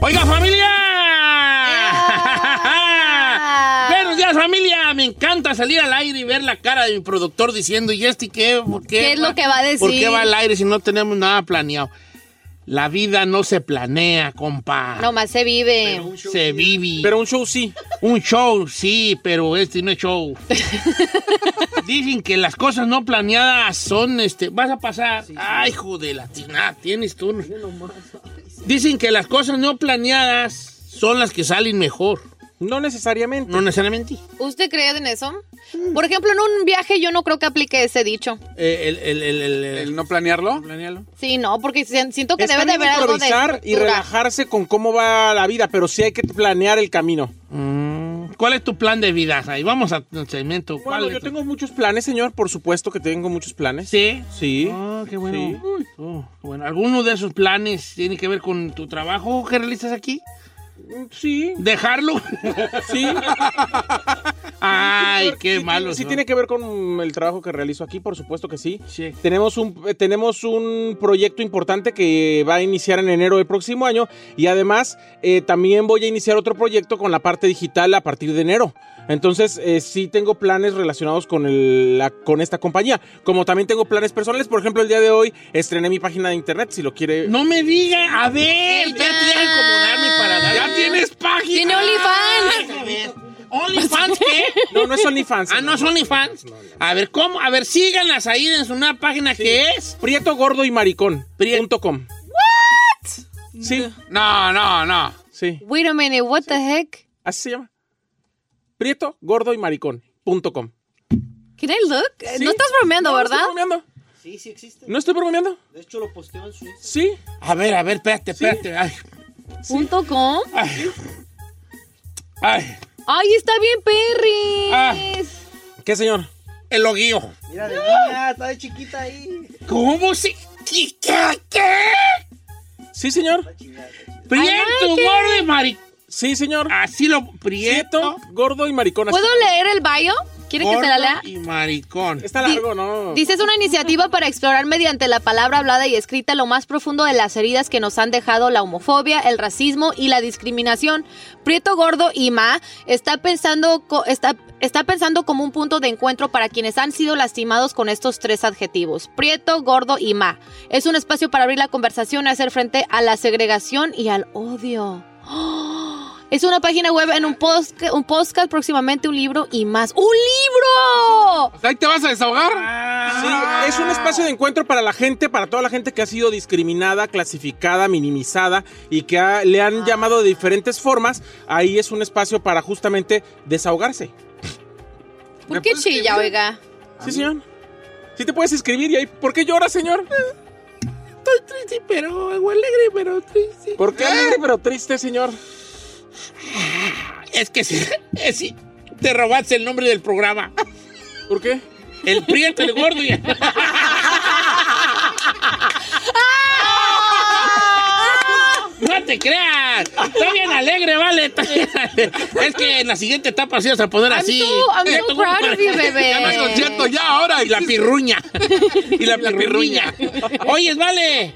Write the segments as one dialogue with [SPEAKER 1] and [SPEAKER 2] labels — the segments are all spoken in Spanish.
[SPEAKER 1] ¡Oiga, familia! ¡Buenos días, familia! Me encanta salir al aire y ver la cara de mi productor diciendo, ¿y este qué? ¿Por qué?
[SPEAKER 2] ¿Qué es lo que va a decir?
[SPEAKER 1] ¿Por qué va al aire si no tenemos nada planeado? La vida no se planea, compa.
[SPEAKER 2] Nomás se vive.
[SPEAKER 1] se vive.
[SPEAKER 3] Pero un show sí.
[SPEAKER 1] Un show, sí, pero este no es show. Dicen que las cosas no planeadas son, este, vas a pasar. Ay, hijo de la tina, tienes turno. Dicen que las cosas no planeadas son las que salen mejor.
[SPEAKER 3] No necesariamente.
[SPEAKER 1] No necesariamente.
[SPEAKER 2] ¿Usted cree en eso? Por ejemplo, en un viaje yo no creo que aplique ese dicho.
[SPEAKER 1] Eh, el, el, el, el- el-
[SPEAKER 3] El no planearlo.
[SPEAKER 1] planealo.
[SPEAKER 2] Sí, no, porque si- siento que
[SPEAKER 3] Es
[SPEAKER 2] debe de
[SPEAKER 3] también
[SPEAKER 2] haber algo de
[SPEAKER 3] improvisar y
[SPEAKER 2] estructura.
[SPEAKER 3] relajarse con cómo va la vida, pero sí hay que planear el camino.
[SPEAKER 1] Mm. ¿Cuál es tu plan de vida? Ahí vamos al segmento. ¿Cuál
[SPEAKER 3] Bueno,
[SPEAKER 1] es
[SPEAKER 3] yo
[SPEAKER 1] tu-
[SPEAKER 3] tengo muchos planes, señor. Por supuesto que tengo muchos planes.
[SPEAKER 1] Sí.
[SPEAKER 3] Sí.
[SPEAKER 1] Ah, qué bueno.
[SPEAKER 3] Sí.
[SPEAKER 1] Uy, oh, qué bueno. ¿Alguno de esos planes tiene que ver con tu trabajo que realizas aquí?
[SPEAKER 3] Sí.
[SPEAKER 1] ¿Dejarlo?
[SPEAKER 3] Sí.
[SPEAKER 1] Ay,
[SPEAKER 3] Señor,
[SPEAKER 1] qué
[SPEAKER 3] sí,
[SPEAKER 1] malo.
[SPEAKER 3] Sí,
[SPEAKER 1] son.
[SPEAKER 3] tiene que ver con el trabajo que realizo aquí, por supuesto que sí.
[SPEAKER 1] Sí.
[SPEAKER 3] Tenemos un, eh, tenemos un proyecto importante que va a iniciar en enero del próximo año y además eh, también voy a iniciar otro proyecto con la parte digital a partir de enero. Entonces eh, sí tengo planes relacionados con, el- la- con esta compañía, como también tengo planes personales. Por ejemplo, el día de hoy estrené mi página de internet, si lo quiere...
[SPEAKER 1] No me diga, a ver,
[SPEAKER 2] Sí,
[SPEAKER 1] ya
[SPEAKER 2] ya.
[SPEAKER 1] tienes que acomodarme para dar.
[SPEAKER 2] Ya tienes
[SPEAKER 1] página.
[SPEAKER 2] Tiene OnlyFans.
[SPEAKER 1] ¿OnlyFans qué?
[SPEAKER 3] No, no es OnlyFans.
[SPEAKER 1] Ah, no, son OnlyFans. A ver, ¿cómo? A ver, síganlas ahí en su una página que es.
[SPEAKER 3] Prieto Gordo y Maricón.
[SPEAKER 1] Prieto.
[SPEAKER 3] punto com. Sí,
[SPEAKER 1] No, no, no.
[SPEAKER 3] sí.
[SPEAKER 2] Wait a minute, what the heck?
[SPEAKER 3] Así se llama. Prieto, gordo y maricón. Punto com.
[SPEAKER 2] Can I look? Eh, No estás bromeando,
[SPEAKER 3] No,
[SPEAKER 2] ¿verdad?
[SPEAKER 3] No estoy bromeando. Sí, sí existe. No estoy bromeando. De hecho, lo posteo en su Sí.
[SPEAKER 1] A ver, a ver, espérate, espérate. Ay,
[SPEAKER 2] Punto com.
[SPEAKER 3] Ah.
[SPEAKER 1] ay. Ay,
[SPEAKER 2] Ay, está bien, Perry.
[SPEAKER 1] Ah.
[SPEAKER 3] ¿Qué, señor?
[SPEAKER 1] el loguío.
[SPEAKER 4] Mira, de niña, está de chiquita ahí.
[SPEAKER 1] ¿Cómo se.? ¿Qué? ¿Qué? qué?
[SPEAKER 3] Sí, señor.
[SPEAKER 1] Prieto,
[SPEAKER 2] like it.
[SPEAKER 1] gordo y mari.
[SPEAKER 3] Sí, señor.
[SPEAKER 1] Así lo.
[SPEAKER 3] Prieto,
[SPEAKER 1] Prieto.
[SPEAKER 3] gordo y maricón. Así.
[SPEAKER 2] Ah, ¿Puedo leer el bio? ¿Quiere que
[SPEAKER 1] gordo
[SPEAKER 2] te la lea?
[SPEAKER 1] Y maricón.
[SPEAKER 3] Está largo, ¿no?
[SPEAKER 2] Dice, es una iniciativa para explorar mediante la palabra hablada y escrita lo más profundo de las heridas que nos han dejado la homofobia, el racismo y la discriminación. Prieto Gordo y Ma está pensando, co- está, está pensando como un punto de encuentro para quienes han sido lastimados con estos tres adjetivos. Prieto, Gordo y Ma. Es un espacio para abrir la conversación y hacer frente a la segregación y al odio. ¡Oh! Es una página web en un, post, un podcast, próximamente un libro y más. ¡Un libro!
[SPEAKER 3] Ahí te vas a desahogar. Sí,
[SPEAKER 1] Ah.
[SPEAKER 3] es un espacio de encuentro para la gente, para toda la gente que ha sido discriminada, clasificada, minimizada y que ha- le han llamado de diferentes formas. Ahí es un espacio para justamente desahogarse.
[SPEAKER 2] ¿Por qué chilla, oiga?
[SPEAKER 3] Sí, señor. Sí te puedes escribir y ahí... ¿Por qué lloras, señor?
[SPEAKER 1] Estoy triste, pero. Alegre, pero triste.
[SPEAKER 3] ¿Por qué alegre pero triste, señor?
[SPEAKER 1] Es que sí, es sí, te robaste el nombre del programa.
[SPEAKER 3] ¿Por qué?
[SPEAKER 1] El prieto, el gordo y el... No te creas. Está bien alegre, vale. está bien alegre. Es que en la siguiente etapa sí vas a poner
[SPEAKER 2] I'm
[SPEAKER 1] así. Eh,
[SPEAKER 2] so- I'm
[SPEAKER 1] Ya
[SPEAKER 2] so
[SPEAKER 1] tocó-
[SPEAKER 2] proud of you, bebé.
[SPEAKER 1] Ya más concierto, ya ahora. Y la pirruña. Y la pirruña. Oye, vale.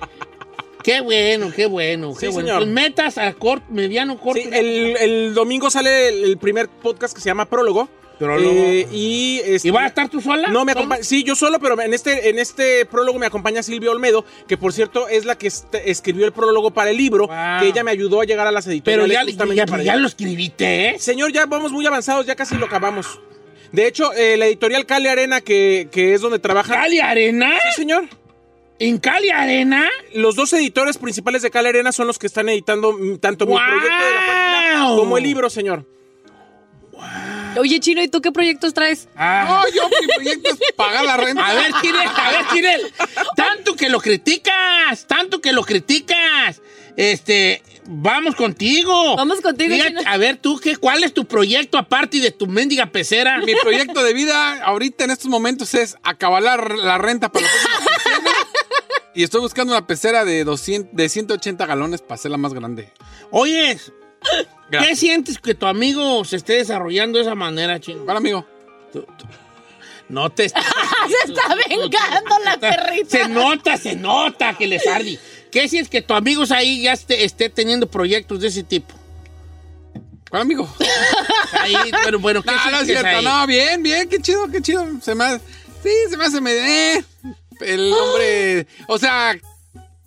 [SPEAKER 1] Qué bueno, qué bueno, qué
[SPEAKER 3] Sí,
[SPEAKER 1] bueno.
[SPEAKER 3] señor.
[SPEAKER 1] Pues metas a corto, mediano, corto.
[SPEAKER 3] Sí, el, el domingo sale el, el primer podcast que se llama Prólogo.
[SPEAKER 1] Prólogo.
[SPEAKER 3] Eh, y, este-
[SPEAKER 1] ¿Y vas a estar tú sola?
[SPEAKER 3] No, me
[SPEAKER 1] ¿Solo?
[SPEAKER 3] acompaña. Sí, yo solo, pero en este, en este prólogo me acompaña Silvia Olmedo, que por cierto es la que est- escribió el prólogo para el libro,
[SPEAKER 1] Wow.
[SPEAKER 3] que ella me ayudó a llegar a las
[SPEAKER 1] Pero
[SPEAKER 3] editoriales.
[SPEAKER 1] ya,
[SPEAKER 3] justamente
[SPEAKER 1] ya,
[SPEAKER 3] para
[SPEAKER 1] ya
[SPEAKER 3] llegar.
[SPEAKER 1] lo escribiste, ¿eh?
[SPEAKER 3] Señor, ya vamos muy avanzados, ya casi lo acabamos. De hecho, eh, la editorial Cali Arena, que, que es donde trabaja.
[SPEAKER 1] ¿Cali Arena?
[SPEAKER 3] Sí, señor.
[SPEAKER 1] ¿En Cali Arena?
[SPEAKER 3] Los dos editores principales de Cali Arena son los que están editando mm, tanto mi
[SPEAKER 1] ¡Guau!
[SPEAKER 3] proyecto de la página como el libro, señor.
[SPEAKER 2] Oye, Chino, ¿y tú qué proyectos traes?
[SPEAKER 1] Ah.
[SPEAKER 5] No, yo mi proyecto es pagar la renta.
[SPEAKER 1] A ver, Chirel, a ver, Chirel. Tanto que lo criticas, tanto que lo criticas. Este, vamos contigo.
[SPEAKER 2] Vamos contigo,
[SPEAKER 1] Fíjate,
[SPEAKER 2] Chino.
[SPEAKER 1] a ver, tú, qué, ¿cuál es tu proyecto aparte de tu mendiga pecera?
[SPEAKER 5] Mi proyecto de vida ahorita en estos momentos es acabar la, la renta para la próxima quincena. Y estoy buscando una pecera de, 200, de 180 galones para hacerla más grande.
[SPEAKER 1] Oye, ¿qué
[SPEAKER 5] Gracias.
[SPEAKER 1] sientes que tu amigo se esté desarrollando de esa manera, chino?
[SPEAKER 5] ¿Cuál, amigo?
[SPEAKER 1] No te
[SPEAKER 2] Ah, Se está vengando la perrita.
[SPEAKER 1] Se nota, se nota que les ardi. ¿Qué sientes que tu amigo ahí ya esté, esté teniendo proyectos de ese tipo?
[SPEAKER 5] ¿Cuál, amigo?
[SPEAKER 1] Ahí, bueno, bueno, ¿qué
[SPEAKER 5] No, no es
[SPEAKER 1] sientes
[SPEAKER 5] cierto.
[SPEAKER 1] ahí?
[SPEAKER 5] No, bien, bien. Qué chido, qué chido. Se me hace- Sí, se me hace... me- eh, el hombre... O sea...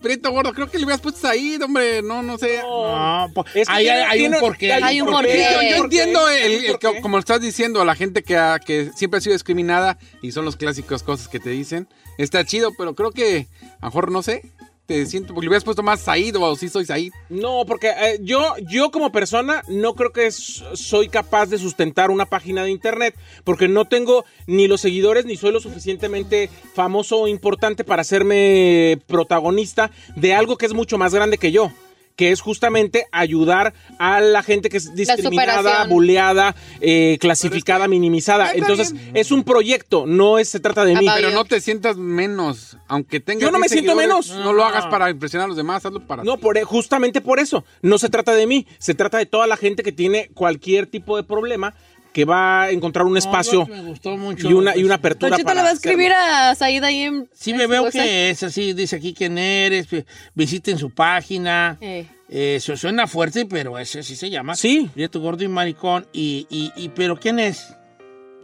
[SPEAKER 5] Prieto Gordo, creo que le hubieras puesto ahí, hombre. No, no sé.
[SPEAKER 1] No, po-
[SPEAKER 3] Es que
[SPEAKER 1] ahí hay,
[SPEAKER 3] tiene-
[SPEAKER 1] hay
[SPEAKER 3] tiene-
[SPEAKER 1] un porqué.
[SPEAKER 2] hay un porqué.
[SPEAKER 5] Yo, yo
[SPEAKER 2] ¿Por
[SPEAKER 5] entiendo
[SPEAKER 3] qué?
[SPEAKER 5] el- el
[SPEAKER 3] ¿Por
[SPEAKER 5] que-
[SPEAKER 3] qué?
[SPEAKER 5] como lo estás diciendo, a la gente que, ha- que siempre ha sido discriminada y son los clásicos cosas que te dicen. Está chido, pero creo que a lo mejor no sé. Te siento, porque le hubieras puesto más Said o si soy Said.
[SPEAKER 3] No, porque eh, yo, yo como persona no creo que s- soy capaz de sustentar una página de internet, porque no tengo ni los seguidores ni soy lo suficientemente famoso o importante para hacerme protagonista de algo que es mucho más grande que yo que es justamente ayudar a la gente que es discriminada,
[SPEAKER 2] superación.
[SPEAKER 3] buleada, eh, clasificada, minimizada.
[SPEAKER 5] está
[SPEAKER 3] Entonces,
[SPEAKER 5] bien.
[SPEAKER 3] es un proyecto, no es, se trata de mí.
[SPEAKER 2] About
[SPEAKER 5] Pero
[SPEAKER 2] you.
[SPEAKER 5] no te sientas menos, aunque tengas.
[SPEAKER 3] Yo no me
[SPEAKER 5] 10
[SPEAKER 3] siento
[SPEAKER 5] seguidores,
[SPEAKER 3] menos.
[SPEAKER 5] No lo hagas para impresionar a los demás, hazlo para.
[SPEAKER 3] No,
[SPEAKER 5] ti.
[SPEAKER 3] por, e, justamente por eso. No se trata de mí, se trata de toda la gente que tiene cualquier tipo de problema que va a encontrar un espacio
[SPEAKER 1] me gustó mucho.
[SPEAKER 3] y, una, y una
[SPEAKER 2] Don
[SPEAKER 3] apertura.
[SPEAKER 2] Cheto
[SPEAKER 3] para
[SPEAKER 2] le va a escribir
[SPEAKER 3] hacerlo.
[SPEAKER 2] a Said ahí en.
[SPEAKER 1] Sí,
[SPEAKER 2] en
[SPEAKER 1] me
[SPEAKER 2] su
[SPEAKER 1] veo
[SPEAKER 2] website.
[SPEAKER 1] que es así, dice aquí quién eres, vi- visiten su página.
[SPEAKER 2] Eh.
[SPEAKER 1] Eso suena fuerte, pero ese sí se llama.
[SPEAKER 3] Sí.
[SPEAKER 1] Prieto Gordo y Maricón. Y, y, y- ¿Pero quién es?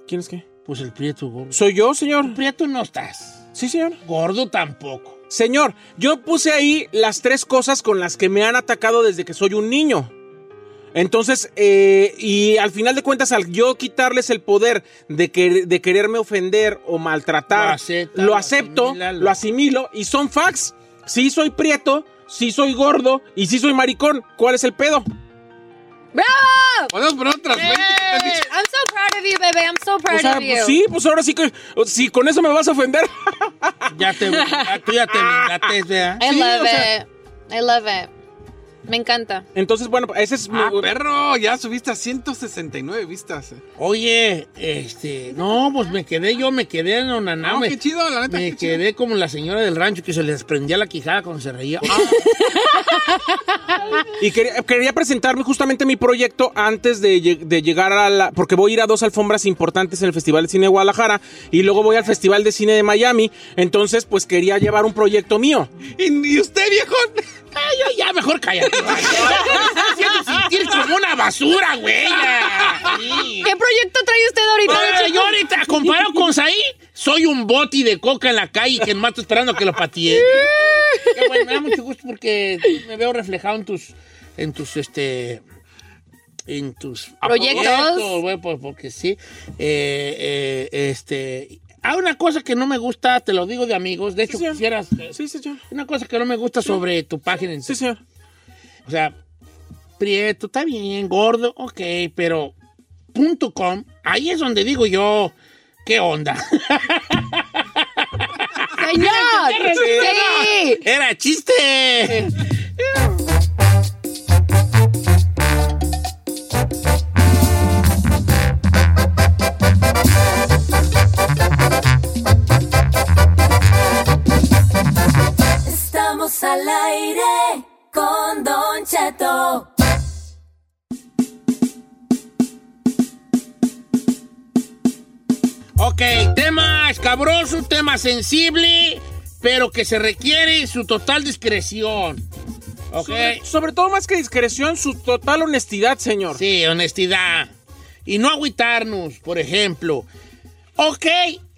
[SPEAKER 3] ¿Quién es qué?
[SPEAKER 1] Pues el Prieto Gordo.
[SPEAKER 3] Soy yo, señor.
[SPEAKER 1] Prieto no estás.
[SPEAKER 3] Sí, señor.
[SPEAKER 1] Gordo tampoco.
[SPEAKER 3] Señor, yo puse ahí las tres cosas con las que me han atacado desde que soy un niño. Entonces, eh, y al final de cuentas, al yo quitarles el poder de, que, de quererme ofender o maltratar,
[SPEAKER 1] Lo
[SPEAKER 3] lo,
[SPEAKER 1] acepta, lo
[SPEAKER 3] acepto,
[SPEAKER 1] asimila, lo-
[SPEAKER 3] lo asimilo, y son facts. Sí soy prieto, sí soy gordo, y sí soy maricón. ¿Cuál es el pedo?
[SPEAKER 5] Podemos poner otras 20
[SPEAKER 3] Eh.
[SPEAKER 5] que te has dicho.
[SPEAKER 2] I'm so proud of you, baby. I'm so proud
[SPEAKER 3] O sea,
[SPEAKER 2] of you.
[SPEAKER 3] pues sí, pues ahora sí que, si con eso me vas a ofender.
[SPEAKER 1] Ya te, ya, tú ya te vengaste, ¿verdad?
[SPEAKER 2] I
[SPEAKER 3] sí,
[SPEAKER 2] love
[SPEAKER 3] o sea-
[SPEAKER 2] it. I love it. Me encanta.
[SPEAKER 3] Entonces, bueno, ese es... mi-
[SPEAKER 5] Ah, perro, ya subiste a 169 vistas. eh.
[SPEAKER 1] Oye, este, no, pues me quedé yo, me quedé en onaná.
[SPEAKER 5] No,
[SPEAKER 1] me-
[SPEAKER 5] qué chido, la neta.
[SPEAKER 1] Me
[SPEAKER 5] qué chido.
[SPEAKER 1] quedé como la señora del rancho que se les prendía la quijada cuando se reía. Ah,
[SPEAKER 3] Y quería, quería presentarme justamente mi proyecto antes de, lleg- de llegar a la... Porque voy a ir a dos alfombras importantes en el Festival de Cine de Guadalajara y luego voy al Festival de Cine de Miami. Entonces, pues quería llevar un proyecto mío.
[SPEAKER 5] ¿Y, y usted, viejón?
[SPEAKER 1] Ay, yo ya mejor cállate. Ay, me Haciendo sentir como una basura, güey. ya. Sí.
[SPEAKER 2] ¿Qué proyecto trae usted ahorita?
[SPEAKER 1] Ay,
[SPEAKER 2] don Cheto?
[SPEAKER 1] yo ahorita, comparado con Saí, soy un boti de coca en la calle que mato esperando que lo patee. Qué bueno, me da mucho gusto porque me veo reflejado en tus, en tus, este, en tus
[SPEAKER 2] Proyectos.
[SPEAKER 1] güey, pues, porque sí. Eh, eh, este, hay una cosa que no me gusta, te lo digo de amigos, de hecho
[SPEAKER 3] señor.
[SPEAKER 1] quisieras,
[SPEAKER 3] Sí, señor.
[SPEAKER 1] una cosa que no me gusta sobre tu página. en
[SPEAKER 3] Sí, señor.
[SPEAKER 1] o sea, prieto, está bien, gordo, ok, pero punto .com, ahí es donde digo yo, ¿qué onda?
[SPEAKER 2] ¡Señor! ¡Sí!
[SPEAKER 1] ¡Era chiste!
[SPEAKER 6] Estamos al aire con Don Cheto.
[SPEAKER 1] Ok, tema escabroso, tema sensible, pero que se requiere su total discreción. ¿Ok?
[SPEAKER 3] Sobre, sobre todo más que discreción, su total honestidad, señor.
[SPEAKER 1] Sí, honestidad. Y no agüitarnos, por ejemplo. Ok,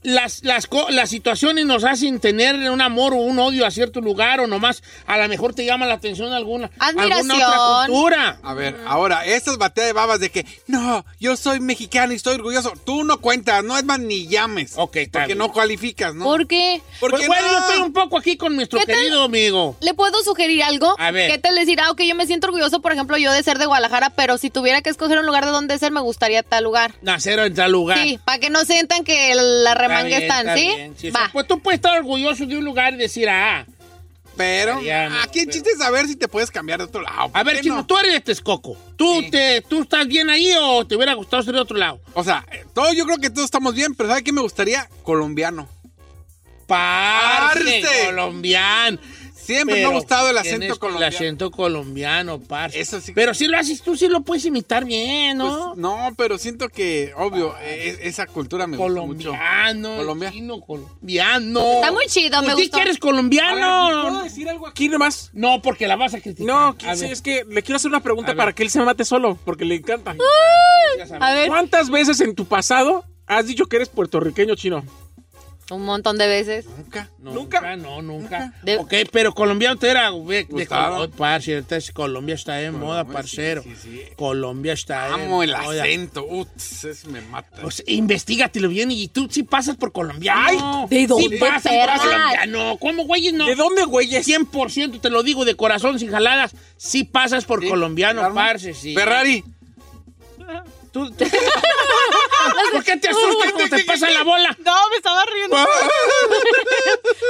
[SPEAKER 1] las, las, co- las situaciones nos hacen tener un amor o un odio a cierto lugar o nomás a lo mejor te llama la atención alguna, alguna otra
[SPEAKER 2] Admiración.
[SPEAKER 1] cultura.
[SPEAKER 5] A ver, ahora, estas bateas de babas de que, no, yo soy mexicano y estoy orgulloso. Tú no cuentas, no es más ni llames.
[SPEAKER 1] Ok, está
[SPEAKER 5] Porque
[SPEAKER 1] bien.
[SPEAKER 5] no cualificas, ¿no?
[SPEAKER 2] ¿Por qué?
[SPEAKER 5] Porque
[SPEAKER 1] Pues, bueno,
[SPEAKER 5] no.
[SPEAKER 1] yo estoy un poco aquí con nuestro
[SPEAKER 2] ¿Qué tal?
[SPEAKER 1] querido amigo.
[SPEAKER 2] ¿Le puedo sugerir algo?
[SPEAKER 1] A ver.
[SPEAKER 2] ¿Qué tal decir? Ah, ok, yo me siento orgulloso, por ejemplo, yo de ser de Guadalajara, pero si tuviera que escoger un lugar de donde ser, me gustaría tal lugar.
[SPEAKER 1] Nacer en tal lugar.
[SPEAKER 2] Sí, para que no sientan que la remanga
[SPEAKER 1] Ah. Está
[SPEAKER 2] están,
[SPEAKER 1] bien,
[SPEAKER 2] ¿sí?
[SPEAKER 1] está bien. Sí,
[SPEAKER 2] Va.
[SPEAKER 1] sí. Pues tú puedes estar orgulloso de un lugar y decir, ah,
[SPEAKER 5] Pero
[SPEAKER 1] Mariano,
[SPEAKER 5] aquí el
[SPEAKER 1] pero-
[SPEAKER 5] chiste es saber si te puedes cambiar de otro lado.
[SPEAKER 1] a
[SPEAKER 5] ¿por
[SPEAKER 1] ver,
[SPEAKER 5] qué
[SPEAKER 1] chico,
[SPEAKER 5] no?
[SPEAKER 1] tú eres de Texcoco. ¿Tú,
[SPEAKER 5] Sí.
[SPEAKER 1] te, ¿Tú estás bien ahí o te hubiera gustado ser de otro lado?
[SPEAKER 5] O sea, eh, todo, yo creo que todos estamos bien, pero ¿sabes qué me gustaría? Colombiano.
[SPEAKER 1] Parce,
[SPEAKER 5] Parce.
[SPEAKER 1] colombiano.
[SPEAKER 5] Siempre me ha
[SPEAKER 1] Pero
[SPEAKER 5] gustado el
[SPEAKER 1] tienes
[SPEAKER 5] acento colombiano.
[SPEAKER 1] El acento colombiano, parce.
[SPEAKER 5] Eso sí.
[SPEAKER 1] Pero si lo haces tú, sí lo puedes imitar bien,
[SPEAKER 5] Pues,
[SPEAKER 1] ¿no?
[SPEAKER 5] no, pero siento que, obvio, eh, esa cultura me gusta mucho.
[SPEAKER 1] colombiano,
[SPEAKER 5] Colombia.
[SPEAKER 1] chino, colombiano.
[SPEAKER 2] Está muy chido, me
[SPEAKER 1] ¿Tú pues, sí
[SPEAKER 2] gustó.
[SPEAKER 1] que eres
[SPEAKER 3] A ver,
[SPEAKER 1] colombiano?
[SPEAKER 3] ¿Puedo decir algo aquí nomás?
[SPEAKER 1] no, porque la vas a criticar.
[SPEAKER 3] No,
[SPEAKER 1] A
[SPEAKER 3] sí,
[SPEAKER 1] ver,
[SPEAKER 3] es que le quiero hacer una pregunta
[SPEAKER 1] A ver.
[SPEAKER 3] para que él se mate solo, porque le encanta.
[SPEAKER 2] A ver,
[SPEAKER 3] ¿Cuántas veces en tu pasado has dicho que eres puertorriqueño chino?
[SPEAKER 2] un montón de veces.
[SPEAKER 5] Nunca.
[SPEAKER 1] no,
[SPEAKER 3] nunca.
[SPEAKER 1] nunca, no, nunca.
[SPEAKER 2] De-
[SPEAKER 1] Ok, pero colombiano te era de, de
[SPEAKER 5] Gustavo.
[SPEAKER 1] Colo- parce, ahorita es- Colombia está en moda,
[SPEAKER 5] sí,
[SPEAKER 1] parcero.
[SPEAKER 5] sí, sí.
[SPEAKER 1] Colombia está en
[SPEAKER 5] Amo el
[SPEAKER 1] moda.
[SPEAKER 5] acento. Uts, eso me mata.
[SPEAKER 1] Pues investigatelo bien y tú sí pasas por colombiano.
[SPEAKER 2] Ay, ¿de
[SPEAKER 1] Sí
[SPEAKER 2] dónde,
[SPEAKER 1] pasas
[SPEAKER 2] perra?
[SPEAKER 1] por colombiano. ¿Cómo, güey? No.
[SPEAKER 3] ¿De dónde, güey? es?
[SPEAKER 1] 100% te lo digo de corazón sin jaladas. Sí pasas por
[SPEAKER 5] Sí,
[SPEAKER 1] colombiano,
[SPEAKER 5] Carmen.
[SPEAKER 1] parce, sí.
[SPEAKER 5] Ferrari.
[SPEAKER 1] Tú- ¿Por qué te asustas cuando te pasa la bola?
[SPEAKER 7] No, me estaba riendo.
[SPEAKER 1] A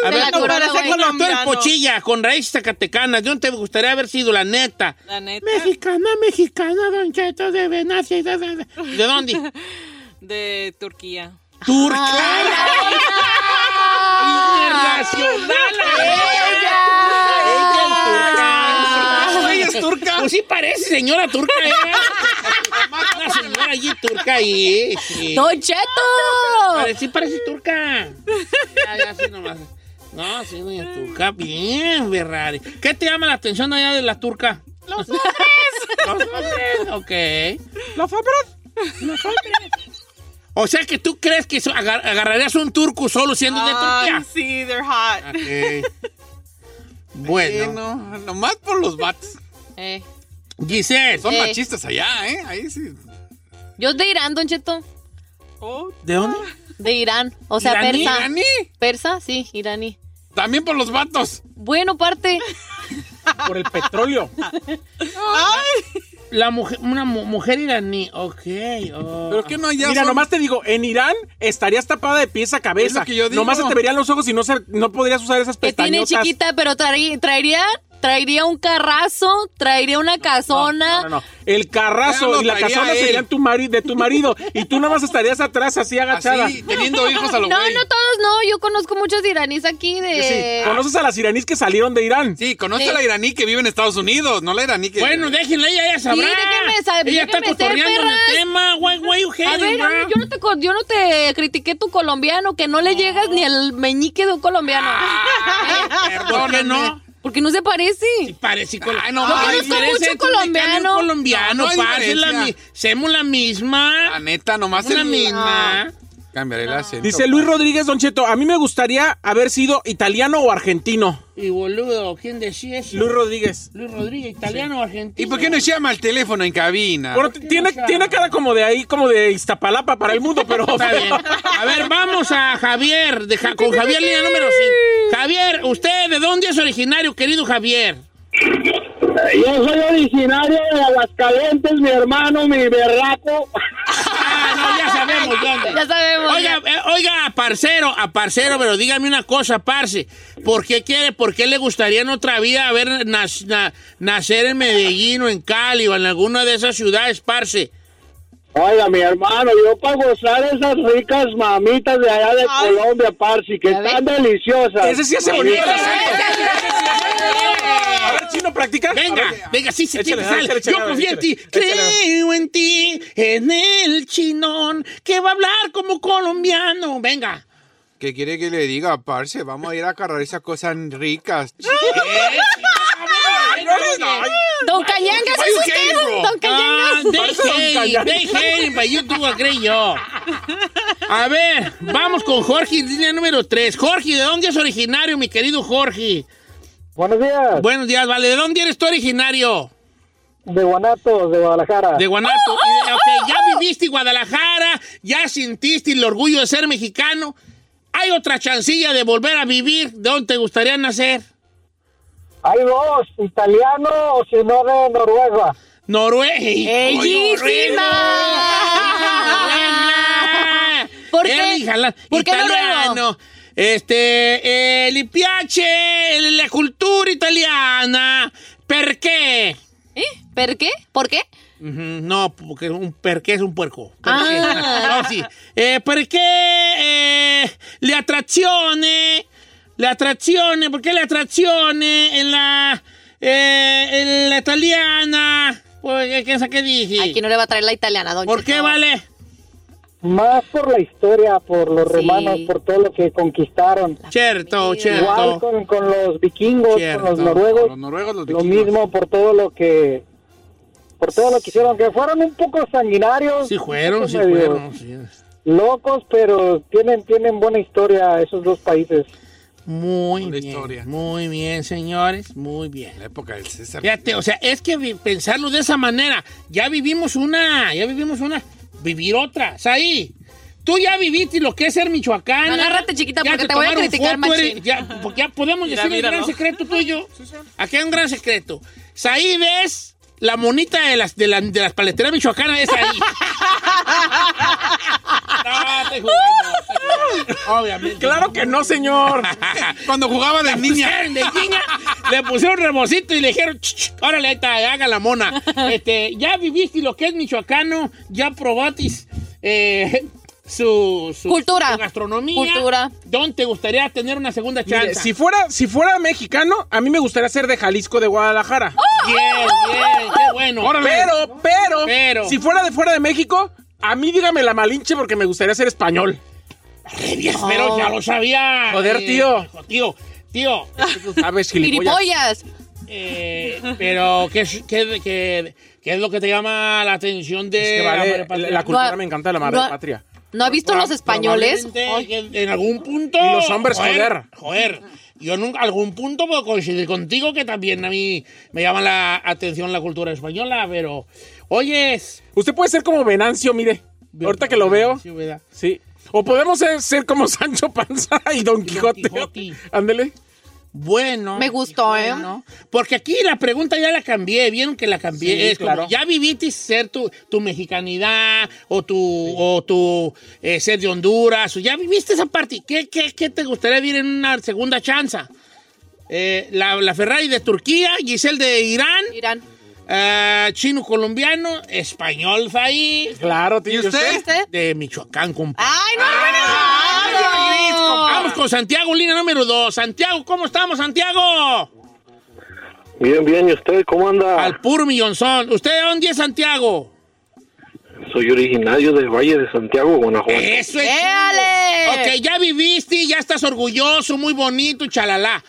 [SPEAKER 2] Se
[SPEAKER 1] ver,
[SPEAKER 2] la
[SPEAKER 1] tú-
[SPEAKER 2] curó,
[SPEAKER 7] parece
[SPEAKER 2] güey.
[SPEAKER 7] colombiano.
[SPEAKER 1] tú eres pochilla, con raíces zacatecanas. Yo no te gustaría haber sido, la neta.
[SPEAKER 7] La neta.
[SPEAKER 1] Mexicana, mexicana, don Cheto de Venacia. y de- de- de- ¿De dónde?
[SPEAKER 7] De Turquía.
[SPEAKER 1] Turca. Internacional. Ella
[SPEAKER 5] Ella
[SPEAKER 1] es
[SPEAKER 5] es turca.
[SPEAKER 1] Pues sí parece señora turca, ¿eh? Una señora allí turca ahí. Sí.
[SPEAKER 2] ¡Don Cheto!
[SPEAKER 1] Pare- sí parece turca. Ya, ya, sí nomás. No, sí, doña turca. Bien, Ferrari. ¿Qué te llama la atención allá de la turca? Los hombres. Los hombres, ok.
[SPEAKER 3] ¿La fabra?
[SPEAKER 1] O sea que tú crees que so- agar- agarrarías un turco solo siendo de Turquía.
[SPEAKER 7] Ay, sí, they're
[SPEAKER 1] Ah,
[SPEAKER 7] hot.
[SPEAKER 1] Ok.
[SPEAKER 5] Eh,
[SPEAKER 1] Bueno,
[SPEAKER 5] no, nomás por los vatos.
[SPEAKER 2] Eh,
[SPEAKER 1] Giselle,
[SPEAKER 5] Son
[SPEAKER 2] Eh.
[SPEAKER 5] machistas allá, ¿eh? Ahí sí.
[SPEAKER 2] Yo de Irán, Don Cheto.
[SPEAKER 7] Oh,
[SPEAKER 1] ¿de dónde?
[SPEAKER 2] De Irán. O sea,
[SPEAKER 1] ¿Iraní?
[SPEAKER 2] persa.
[SPEAKER 5] ¡Ani!
[SPEAKER 2] ¿Persa? Sí, iraní.
[SPEAKER 5] También por los vatos.
[SPEAKER 2] Bueno, parte.
[SPEAKER 3] Por el petróleo.
[SPEAKER 1] La mujer, una mu- mujer iraní, ok. oh.
[SPEAKER 5] Pero que no allá
[SPEAKER 3] Mira,
[SPEAKER 5] son-
[SPEAKER 3] nomás te digo, en Irán estarías tapada de pies a cabeza.
[SPEAKER 5] Es lo que yo digo.
[SPEAKER 3] Nomás se te verían los ojos y no, se- no podrías usar esas
[SPEAKER 2] Que tiene
[SPEAKER 3] pestañotas.
[SPEAKER 2] chiquita, pero traí- traería, traería un carrazo, traería una casona.
[SPEAKER 3] No, no, no. El
[SPEAKER 5] Ya
[SPEAKER 3] carrazo
[SPEAKER 5] lo
[SPEAKER 3] y la
[SPEAKER 5] traía
[SPEAKER 3] casona
[SPEAKER 5] él.
[SPEAKER 3] serían tu mari- de tu marido. y tú nomás estarías atrás así agachada.
[SPEAKER 5] Así, teniendo hijos a lo
[SPEAKER 2] No,
[SPEAKER 5] güey.
[SPEAKER 2] no todos, no. Yo conozco muchos iraníes aquí de.
[SPEAKER 3] ¿Conoces a las iraníes que salieron de Irán?
[SPEAKER 5] Sí, conoce
[SPEAKER 2] Sí.
[SPEAKER 5] a la iraní que vive en Estados Unidos, no la iraní que...
[SPEAKER 1] Bueno, déjenla, ella ya sabrá.
[SPEAKER 2] déjenme saber,
[SPEAKER 1] Ella está
[SPEAKER 2] déjenme ser,
[SPEAKER 1] cotorreando en el
[SPEAKER 2] perras.
[SPEAKER 1] tema, güey, güey, Eugenio.
[SPEAKER 2] A ver, a ver, yo no te con- yo no te critiqué tu colombiano, que no le llegas ni al meñique de un colombiano.
[SPEAKER 1] Ah. ¿Por qué no?
[SPEAKER 2] Porque no se parece.
[SPEAKER 1] Y Parece col-
[SPEAKER 5] Ay, no,
[SPEAKER 1] Lo
[SPEAKER 5] ay,
[SPEAKER 1] que nos
[SPEAKER 2] conozco
[SPEAKER 1] parece
[SPEAKER 2] mucho
[SPEAKER 1] es un
[SPEAKER 2] colombiano.
[SPEAKER 1] mexicano y un colombiano,
[SPEAKER 5] No, no hay
[SPEAKER 1] parce, la mi-
[SPEAKER 5] diferencia. Ah,
[SPEAKER 1] Semos la
[SPEAKER 5] La
[SPEAKER 1] misma.
[SPEAKER 5] neta, nomás
[SPEAKER 1] Somos la
[SPEAKER 5] el-
[SPEAKER 2] Ah.
[SPEAKER 1] misma.
[SPEAKER 5] Cambiaré el acento.
[SPEAKER 3] Dice Luis Rodríguez Don Cheto, a mí me gustaría haber sido italiano o argentino.
[SPEAKER 1] Y boludo, ¿quién decía eso?
[SPEAKER 3] Luis Rodríguez.
[SPEAKER 1] Luis Rodríguez, italiano o argentino.
[SPEAKER 5] ¿Y por qué nos llama el teléfono en cabina?
[SPEAKER 3] Bueno, tiene,
[SPEAKER 1] mucha-
[SPEAKER 3] tiene cara como de ahí, como de Iztapalapa para el mundo, pero...
[SPEAKER 1] Está bien. A ver, vamos a Javier, de Ja- con Javier línea número 5. Javier, ¿usted de dónde es originario, querido Javier?
[SPEAKER 8] Yo soy originario de Aguascalientes, mi hermano, mi berraco.
[SPEAKER 1] Ah, no, ya sabemos dónde.
[SPEAKER 2] Ya sabemos,
[SPEAKER 1] Oiga, eh, oiga, a parcero, a parcero, pero dígame una cosa, parce. ¿Por qué quiere, por qué le gustaría en otra vida haber nas- na- nacer en Medellín o en Cali o en alguna de esas ciudades, parce?
[SPEAKER 8] Oiga, mi hermano, yo para gozar esas ricas mamitas de allá de
[SPEAKER 7] Ay.
[SPEAKER 8] Colombia, Parsi, que
[SPEAKER 2] Ya ve.
[SPEAKER 8] están deliciosas.
[SPEAKER 3] Ese sí hace bonito.
[SPEAKER 1] Eh,
[SPEAKER 3] A ver, chino, practica. A
[SPEAKER 1] Venga,
[SPEAKER 3] ver.
[SPEAKER 1] venga, sí, se tiene
[SPEAKER 3] Échale,
[SPEAKER 1] sal.
[SPEAKER 3] échale,
[SPEAKER 1] Yo
[SPEAKER 3] échale,
[SPEAKER 1] confío en ti.
[SPEAKER 3] échale, échale.
[SPEAKER 1] Creo en ti, en el chinón, que va a hablar como colombiano. Venga.
[SPEAKER 5] ¿Qué quiere que le diga, parce? Vamos a ir a cargar esas cosas ricas.
[SPEAKER 1] Ah.
[SPEAKER 2] Don Cañangas es usted, Don
[SPEAKER 1] Ah,
[SPEAKER 2] Cañangas.
[SPEAKER 1] A ver, vamos con Jorge, línea número 3. Jorge, ¿de dónde es originario, mi querido Jorge?
[SPEAKER 8] Buenos días.
[SPEAKER 1] Buenos días, vale. ¿De dónde eres tú originario?
[SPEAKER 8] De Guanatos, de Guadalajara.
[SPEAKER 1] De Guanato. Y, ok, ya viviste en Guadalajara, ya sentiste el orgullo de ser mexicano. ¿Hay otra chancilla de volver a vivir? ¿De dónde te gustaría nacer?
[SPEAKER 8] Hay dos, italiano o si no de Noruega.
[SPEAKER 1] Noruega.
[SPEAKER 2] ¡Bellísima! ¿Por
[SPEAKER 1] Eli
[SPEAKER 2] qué?
[SPEAKER 1] Jalán,
[SPEAKER 2] ¿Por qué
[SPEAKER 1] italiano.
[SPEAKER 2] noruego?
[SPEAKER 1] Este, eh, il piace la cultura italiana. ¿Per qué?
[SPEAKER 2] ¿Eh? ¿Por qué? ¿Por qué?
[SPEAKER 1] Ujú, No, porque un perché es un puerco.
[SPEAKER 2] Ah.
[SPEAKER 1] No, sí. Eh, perché eh, le attrazioni, le attrazioni, perché le attrazioni en la, eh, en la italiana? Pues, ¿qué, esa que dije?
[SPEAKER 2] Aquí no le va a traer la italiana, Don
[SPEAKER 1] ¿Por qué
[SPEAKER 2] Cheto.
[SPEAKER 1] vale?
[SPEAKER 8] Más por la historia, por los
[SPEAKER 2] Sí.
[SPEAKER 8] romanos, por todo lo que conquistaron.
[SPEAKER 1] Cierto,
[SPEAKER 8] Igual
[SPEAKER 1] cierto.
[SPEAKER 8] con, con los vikingos,
[SPEAKER 1] Cierto.
[SPEAKER 8] con los
[SPEAKER 5] Con
[SPEAKER 8] noruegos,
[SPEAKER 5] Los noruegos, los
[SPEAKER 8] lo
[SPEAKER 5] vikingos.
[SPEAKER 8] mismo por todo lo que por todo lo que hicieron, que fueron un poco sanguinarios,
[SPEAKER 1] Sí fueron, sí
[SPEAKER 8] medio
[SPEAKER 1] fueron. sí.
[SPEAKER 8] locos, pero tienen tienen buena historia esos dos países.
[SPEAKER 1] Muy
[SPEAKER 5] Una
[SPEAKER 1] bien,
[SPEAKER 5] historia.
[SPEAKER 1] muy bien, señores, muy bien.
[SPEAKER 5] La época del César.
[SPEAKER 1] Fíjate, o sea, es que vi- pensarlo de esa manera, ya vivimos una, ya vivimos una, vivir otra, ahí. Tú ya viviste lo que es ser michoacana.
[SPEAKER 2] Agárrate, chiquita,
[SPEAKER 1] Ya
[SPEAKER 2] porque te voy a
[SPEAKER 1] tomaron
[SPEAKER 2] criticar,
[SPEAKER 1] foto,
[SPEAKER 2] machín.
[SPEAKER 1] eres- ya, porque ya podemos
[SPEAKER 7] Mira,
[SPEAKER 1] decir
[SPEAKER 7] mira,
[SPEAKER 1] el gran
[SPEAKER 7] ¿no?
[SPEAKER 1] secreto tuyo. Aquí hay un gran secreto. Saí ves la monita de las, de la- de las paleteras michoacanas, es ahí. no, estoy jugando, estoy jugando. Obviamente.
[SPEAKER 3] Claro que no, señor.
[SPEAKER 5] Cuando jugaba de niña.
[SPEAKER 1] pusieron de niña, le pusieron rebocito y le dijeron, "Ch, ch, órale, ahí está, haga la mona. Este, ya viviste lo que es michoacano, ya probatis eh, su, su-
[SPEAKER 2] Cultura.
[SPEAKER 1] su gastronomía.
[SPEAKER 2] Cultura.
[SPEAKER 1] ¿Dónde te gustaría tener una segunda
[SPEAKER 3] Mire,
[SPEAKER 1] chance?
[SPEAKER 3] si fuera, si fuera mexicano, a mí me gustaría ser de Jalisco, de Guadalajara.
[SPEAKER 1] Bien, bien, qué bueno.
[SPEAKER 3] ¡Oh! Pero, pero,
[SPEAKER 1] Pero.
[SPEAKER 3] si fuera de fuera de México, a mí dígame la malinche porque me gustaría ser español.
[SPEAKER 1] Pero ya lo sabía. eh,
[SPEAKER 3] Joder, tío.
[SPEAKER 1] hijo, Tío, tío.
[SPEAKER 3] ¿Sabes, gilipollas?
[SPEAKER 2] Piripollas.
[SPEAKER 1] eh, pero, ¿qué, es- qué- qué- qué es lo que te llama la atención
[SPEAKER 3] Es
[SPEAKER 1] de
[SPEAKER 3] que
[SPEAKER 1] la
[SPEAKER 3] vale,
[SPEAKER 1] madre patria?
[SPEAKER 3] la, la cultura
[SPEAKER 2] No,
[SPEAKER 3] me encanta la madre
[SPEAKER 2] no,
[SPEAKER 3] patria.
[SPEAKER 2] ¿No ha visto los españoles?
[SPEAKER 1] Probablemente que En algún punto.
[SPEAKER 3] Y los hombres, joder.
[SPEAKER 1] Joder. Yo en un- algún punto puedo coincidir contigo que también a mí me llama la atención la cultura española, pero. Oyes.
[SPEAKER 3] Usted puede ser como Venancio, mire. Ahorita que lo veo.
[SPEAKER 1] Sí, ¿verdad?
[SPEAKER 3] Sí. O podemos ser, ser como Sancho Panza y Don Quijote.
[SPEAKER 1] Quijote.
[SPEAKER 3] Ándele.
[SPEAKER 1] Bueno.
[SPEAKER 2] Me gustó, ¿eh?
[SPEAKER 1] bueno. Porque aquí la pregunta ya la cambié. Vieron que la cambié.
[SPEAKER 3] Sí,
[SPEAKER 1] es como,
[SPEAKER 3] claro.
[SPEAKER 1] ya viviste ser tu, tu mexicanidad o tu, o tu eh, ser de Honduras. O ya viviste esa parte. ¿Qué, qué, qué te gustaría vivir en una segunda chance? Eh, la, la Ferrari de Turquía, Giselle de Irán,
[SPEAKER 2] Irán.
[SPEAKER 1] ah, chino colombiano, español ahí,
[SPEAKER 3] Claro, tío.
[SPEAKER 5] ¿Y usted?
[SPEAKER 2] ¿Usted?
[SPEAKER 1] de Michoacán, compa.
[SPEAKER 2] ¡Ay, no! ¡Ay,
[SPEAKER 1] Vamos con Santiago, línea número 2. Santiago, ¿cómo estamos, Santiago?
[SPEAKER 8] Bien, bien, ¿y usted cómo anda?
[SPEAKER 1] Al puro millonzón. ¿Usted de dónde es Santiago?
[SPEAKER 8] Soy originario del Valle de Santiago, Guanajuato.
[SPEAKER 1] Eso es.
[SPEAKER 2] ¡Éale!
[SPEAKER 1] Ok, ya viviste, ya estás orgulloso, muy bonito, chalala.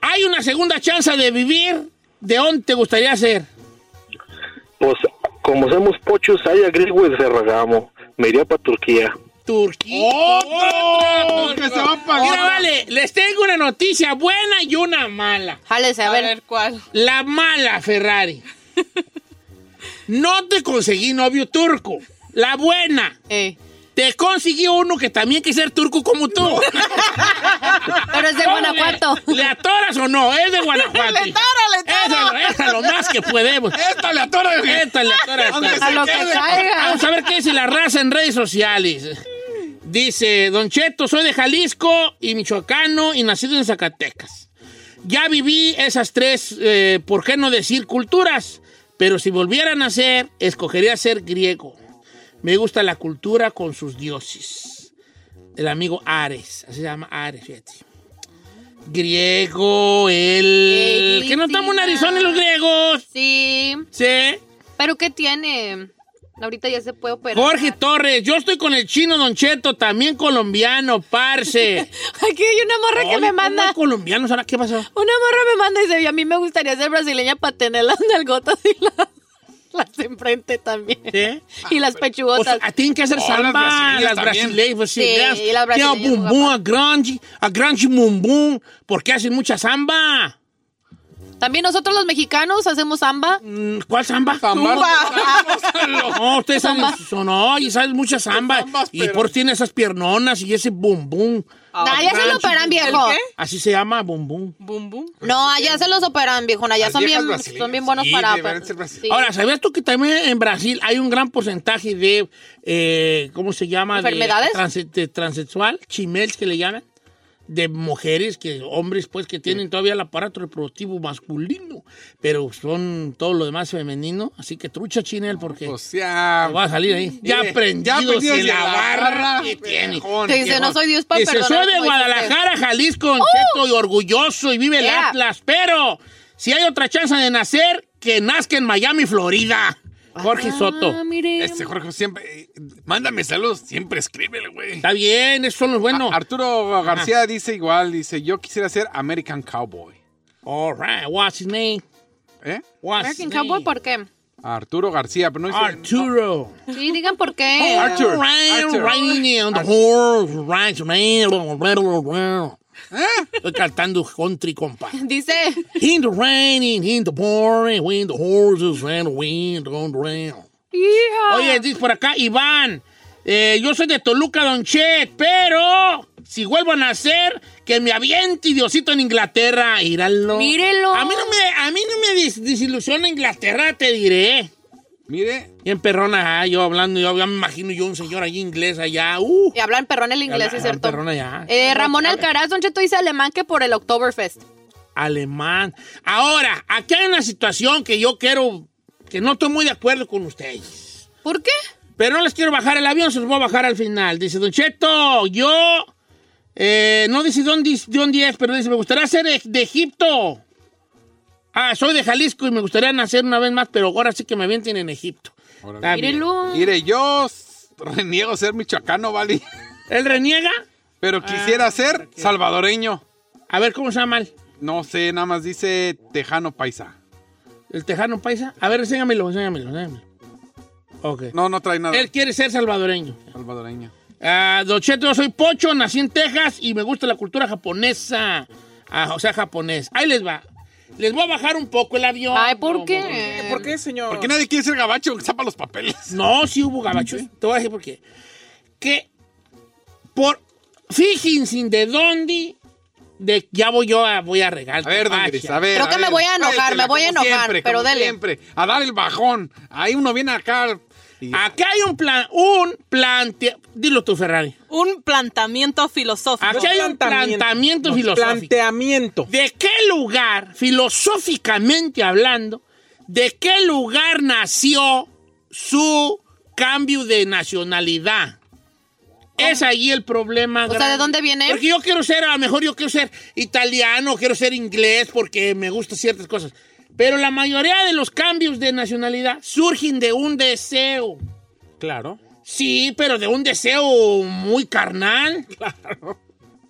[SPEAKER 1] Hay una segunda chance de vivir. ¿De dónde te gustaría ser?
[SPEAKER 8] Pues como somos pochos, hay agrigo y Ferragamo. Me iría para Turquía.
[SPEAKER 1] Turquía. ¡Oh!
[SPEAKER 5] que se va a pagar.
[SPEAKER 1] Mira, vale, les tengo una noticia buena y una mala.
[SPEAKER 2] Jálese, a
[SPEAKER 7] A
[SPEAKER 2] ver.
[SPEAKER 7] ver cuál.
[SPEAKER 1] La mala, Ferrari. No te conseguí novio turco. La buena.
[SPEAKER 2] Eh.
[SPEAKER 1] Te conseguí uno que también quiere ser turco como tú.
[SPEAKER 2] Pero es de Guanajuato.
[SPEAKER 1] ¿Le, le atoras o no? Es de Guanajuato.
[SPEAKER 7] Le atora, le atora.
[SPEAKER 1] Esa, esa es lo más que podemos. Esta le atora. Esta le atora.
[SPEAKER 2] A lo que caiga.
[SPEAKER 1] Vamos a ver qué dice la raza en redes sociales. Dice, Don Cheto, soy de Jalisco y michoacano y nacido en Zacatecas. Ya viví esas tres, eh, ¿por qué no decir culturas? Pero si volviera a nacer, escogería ser griego. Me gusta la cultura con sus dioses. El amigo Ares, así se llama Ares, fíjate. Griego, el...
[SPEAKER 2] Ey,
[SPEAKER 1] Que no estamos en
[SPEAKER 2] Cristina.
[SPEAKER 1] Arizona los griegos.
[SPEAKER 2] Sí.
[SPEAKER 1] Sí.
[SPEAKER 2] ¿Pero qué tiene? Ahorita ya se puede operar.
[SPEAKER 1] Jorge Torres, yo estoy con el chino Don Cheto, también colombiano, parce.
[SPEAKER 2] Aquí hay una morra que me manda.
[SPEAKER 1] colombiano, ¿ahora qué pasó?
[SPEAKER 2] Una morra me manda y dice, a mí me gustaría ser brasileña para tener las nalgotas y las, las de enfrente también. Y
[SPEAKER 1] Ah,
[SPEAKER 2] las pechugotas.
[SPEAKER 1] tienen que hacer
[SPEAKER 2] salvas
[SPEAKER 1] samba, las brasileñas, pues,
[SPEAKER 2] Sí,
[SPEAKER 1] veas,
[SPEAKER 2] y las
[SPEAKER 1] ya,
[SPEAKER 2] brasileñas
[SPEAKER 1] bum, bum, a grande, a grande bum, bum, porque hacen mucha samba. ah,
[SPEAKER 2] También nosotros los mexicanos hacemos samba. Ah,
[SPEAKER 1] ¿Cuál samba? No, ustedes saben, son, no, y sabes mucha samba, y por tiene esas piernonas y ese bum, bum.
[SPEAKER 2] Nah, ya
[SPEAKER 1] Ah,
[SPEAKER 2] se lo operan, viejo. ¿El qué?
[SPEAKER 1] Así se llama, bum, bum.
[SPEAKER 7] Bum, bum.
[SPEAKER 2] No, allá se los operan, viejo. Allá
[SPEAKER 1] Las
[SPEAKER 2] son
[SPEAKER 1] viejas
[SPEAKER 2] bien,
[SPEAKER 1] brasileñas.
[SPEAKER 2] son bien buenos
[SPEAKER 1] Sí,
[SPEAKER 2] para.
[SPEAKER 1] deberían ser
[SPEAKER 2] sí.
[SPEAKER 1] Ahora, ¿sabías tú que también en Brasil hay un gran porcentaje de, eh, ¿cómo se llama? De-
[SPEAKER 2] ¿Enfermedades?
[SPEAKER 1] transe- de transexual, chimels que le llaman, de mujeres, que hombres pues que tienen todavía el aparato reproductivo masculino, pero son todo lo demás femenino, así que trucha chinel porque te va a salir ahí. pues, Ya
[SPEAKER 5] mire,
[SPEAKER 1] aprendido,
[SPEAKER 5] ya aprendido
[SPEAKER 1] sin
[SPEAKER 5] de
[SPEAKER 1] la
[SPEAKER 5] la
[SPEAKER 1] barra
[SPEAKER 5] barra,
[SPEAKER 1] que tiene.
[SPEAKER 2] Que dice, no soy Dios pa'
[SPEAKER 1] Dice,
[SPEAKER 2] perdonar,
[SPEAKER 1] soy de
[SPEAKER 2] como dice
[SPEAKER 1] Guadalajara,
[SPEAKER 2] usted".
[SPEAKER 1] Jalisco, Don
[SPEAKER 2] ¡Oh!
[SPEAKER 1] Cheto, y orgulloso, y vive el
[SPEAKER 2] Yeah.
[SPEAKER 1] Atlas, pero si hay otra chance de nacer, que nazca en Miami, Florida. Jorge
[SPEAKER 2] Ah,
[SPEAKER 1] Soto.
[SPEAKER 2] pues".
[SPEAKER 5] Este Jorge siempre. eh, mándame saludos, siempre escríbele, güey.
[SPEAKER 1] Está bien, esos son los buenos.
[SPEAKER 5] Ah, Arturo García dice igual, dice, yo quisiera ser American Cowboy.
[SPEAKER 1] All right, what's his name?
[SPEAKER 5] ¿Eh?
[SPEAKER 2] American Cowboy, ¿por qué?
[SPEAKER 5] Arturo García, pero no dice...
[SPEAKER 1] Arturo.
[SPEAKER 2] Sí, digan por qué.
[SPEAKER 5] Arthur.
[SPEAKER 1] Ryan,
[SPEAKER 5] Arthur.
[SPEAKER 1] Ryan and the horse, Ryan, Ryan.
[SPEAKER 2] Ah.
[SPEAKER 1] Estoy cantando country, compa.
[SPEAKER 2] Dice,
[SPEAKER 1] In the rain, and in the pouring, when the horses and the wind on the rail.
[SPEAKER 2] hija.
[SPEAKER 1] Oye, dice por acá, Iván, eh, yo soy de Toluca, Don Chet, pero si vuelvo a nacer, que me aviente Diosito en Inglaterra, íralo.
[SPEAKER 2] Mírelo.
[SPEAKER 1] A mí no me, a mí no me dis- desilusiona Inglaterra, te diré.
[SPEAKER 5] Mire,
[SPEAKER 1] Bien perrona, ah, yo hablando, yo ya me imagino yo un señor allí inglés allá, uh.
[SPEAKER 2] Y hablan perrón el inglés,
[SPEAKER 1] Habla-
[SPEAKER 2] es cierto.
[SPEAKER 1] perrón allá.
[SPEAKER 2] Eh, Ramón Alcaraz, Don Cheto dice alemán que por el Oktoberfest.
[SPEAKER 1] Alemán. Ahora, aquí hay una situación que yo quiero, que no estoy muy de acuerdo con ustedes.
[SPEAKER 2] ¿Por qué?
[SPEAKER 1] Pero no les quiero bajar el avión, se los voy a bajar al final. Dice Don Cheto, yo. eh, no dice dónde, es- de dónde es, pero dice, me gustaría ser de, de Egipto. Ah, soy de Jalisco y me gustaría nacer una vez más, pero ahora sí que me avienten en Egipto. Está bien.
[SPEAKER 2] Mírenlo.
[SPEAKER 5] mire, yo s- reniego ser michoacano, ¿vale?
[SPEAKER 1] ¿Él reniega?
[SPEAKER 5] Pero quisiera ser salvadoreño.
[SPEAKER 1] A ver, ¿cómo se llama el,
[SPEAKER 5] No sé, nada más dice tejano paisa.
[SPEAKER 1] el tejano paisa? A ver, enséñamelo, enséñamelo, enséñamelo. Ok.
[SPEAKER 5] No, no trae nada.
[SPEAKER 1] Él quiere ser salvadoreño.
[SPEAKER 5] Salvadoreño.
[SPEAKER 1] Ah, Don Cheto, yo soy pocho, nací en Texas y me gusta la cultura japonesa. Ah, o sea, japonés. Ahí les va. Les voy a bajar un poco el avión.
[SPEAKER 2] Ay, ¿por
[SPEAKER 1] No,
[SPEAKER 2] qué?
[SPEAKER 3] ¿Por qué, señor?
[SPEAKER 5] ¿Por qué nadie quiere ser gabacho? Zapa los papeles.
[SPEAKER 1] No, sí hubo gabachos. Te voy a decir por qué. Que por fíjense de dónde de, ya voy yo a, voy a regar.
[SPEAKER 5] A ver, don Gris, a ver.
[SPEAKER 2] Creo que me
[SPEAKER 5] ver,
[SPEAKER 2] voy a enojar,
[SPEAKER 5] suéltela,
[SPEAKER 2] me voy a
[SPEAKER 5] como
[SPEAKER 2] enojar,
[SPEAKER 5] siempre,
[SPEAKER 2] pero
[SPEAKER 5] como
[SPEAKER 2] dele.
[SPEAKER 5] Siempre, a dar el bajón. Ahí uno viene acá. y-
[SPEAKER 1] Acá hay un plan, un plante, dilo tú Ferrari.
[SPEAKER 7] Un planteamiento filosófico.
[SPEAKER 1] Aquí hay un planteamiento
[SPEAKER 3] No,
[SPEAKER 1] filosófico.
[SPEAKER 3] Planteamiento.
[SPEAKER 1] ¿De qué lugar, filosóficamente hablando, de qué lugar nació su cambio de nacionalidad? Es ahí el problema.
[SPEAKER 2] Oh. O sea,
[SPEAKER 1] grande.
[SPEAKER 2] ¿de dónde viene?
[SPEAKER 1] Porque yo quiero ser, a lo mejor yo quiero ser italiano, quiero ser inglés, porque me gustan ciertas cosas. Pero la mayoría de los cambios de nacionalidad surgen de un deseo.
[SPEAKER 3] Claro.
[SPEAKER 1] Sí, pero de un deseo muy carnal. Claro.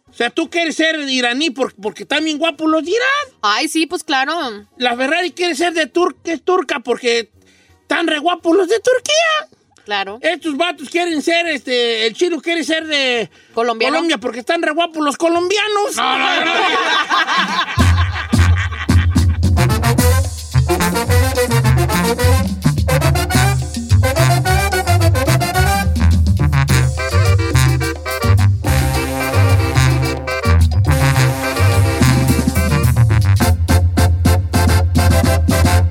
[SPEAKER 1] O sea, tú quieres ser iraní por- porque están bien guapos los de Irán.
[SPEAKER 2] Ay, sí, pues claro.
[SPEAKER 1] La Ferrari quiere ser de tur es turca porque están re guapos los de Turquía.
[SPEAKER 2] Claro.
[SPEAKER 1] Estos vatos quieren ser, este, el chino quiere ser de
[SPEAKER 2] Colombiano.
[SPEAKER 1] Colombia porque están re guapos los colombianos.
[SPEAKER 5] No, no, no.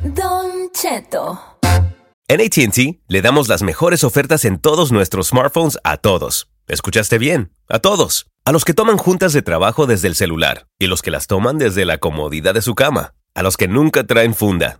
[SPEAKER 6] Don Cheto.
[SPEAKER 9] En ATT le damos las mejores ofertas en todos nuestros smartphones a todos. ¿Escuchaste bien? A todos. A los que toman juntas de trabajo desde el celular y los que las toman desde la comodidad de su cama. A los que nunca traen funda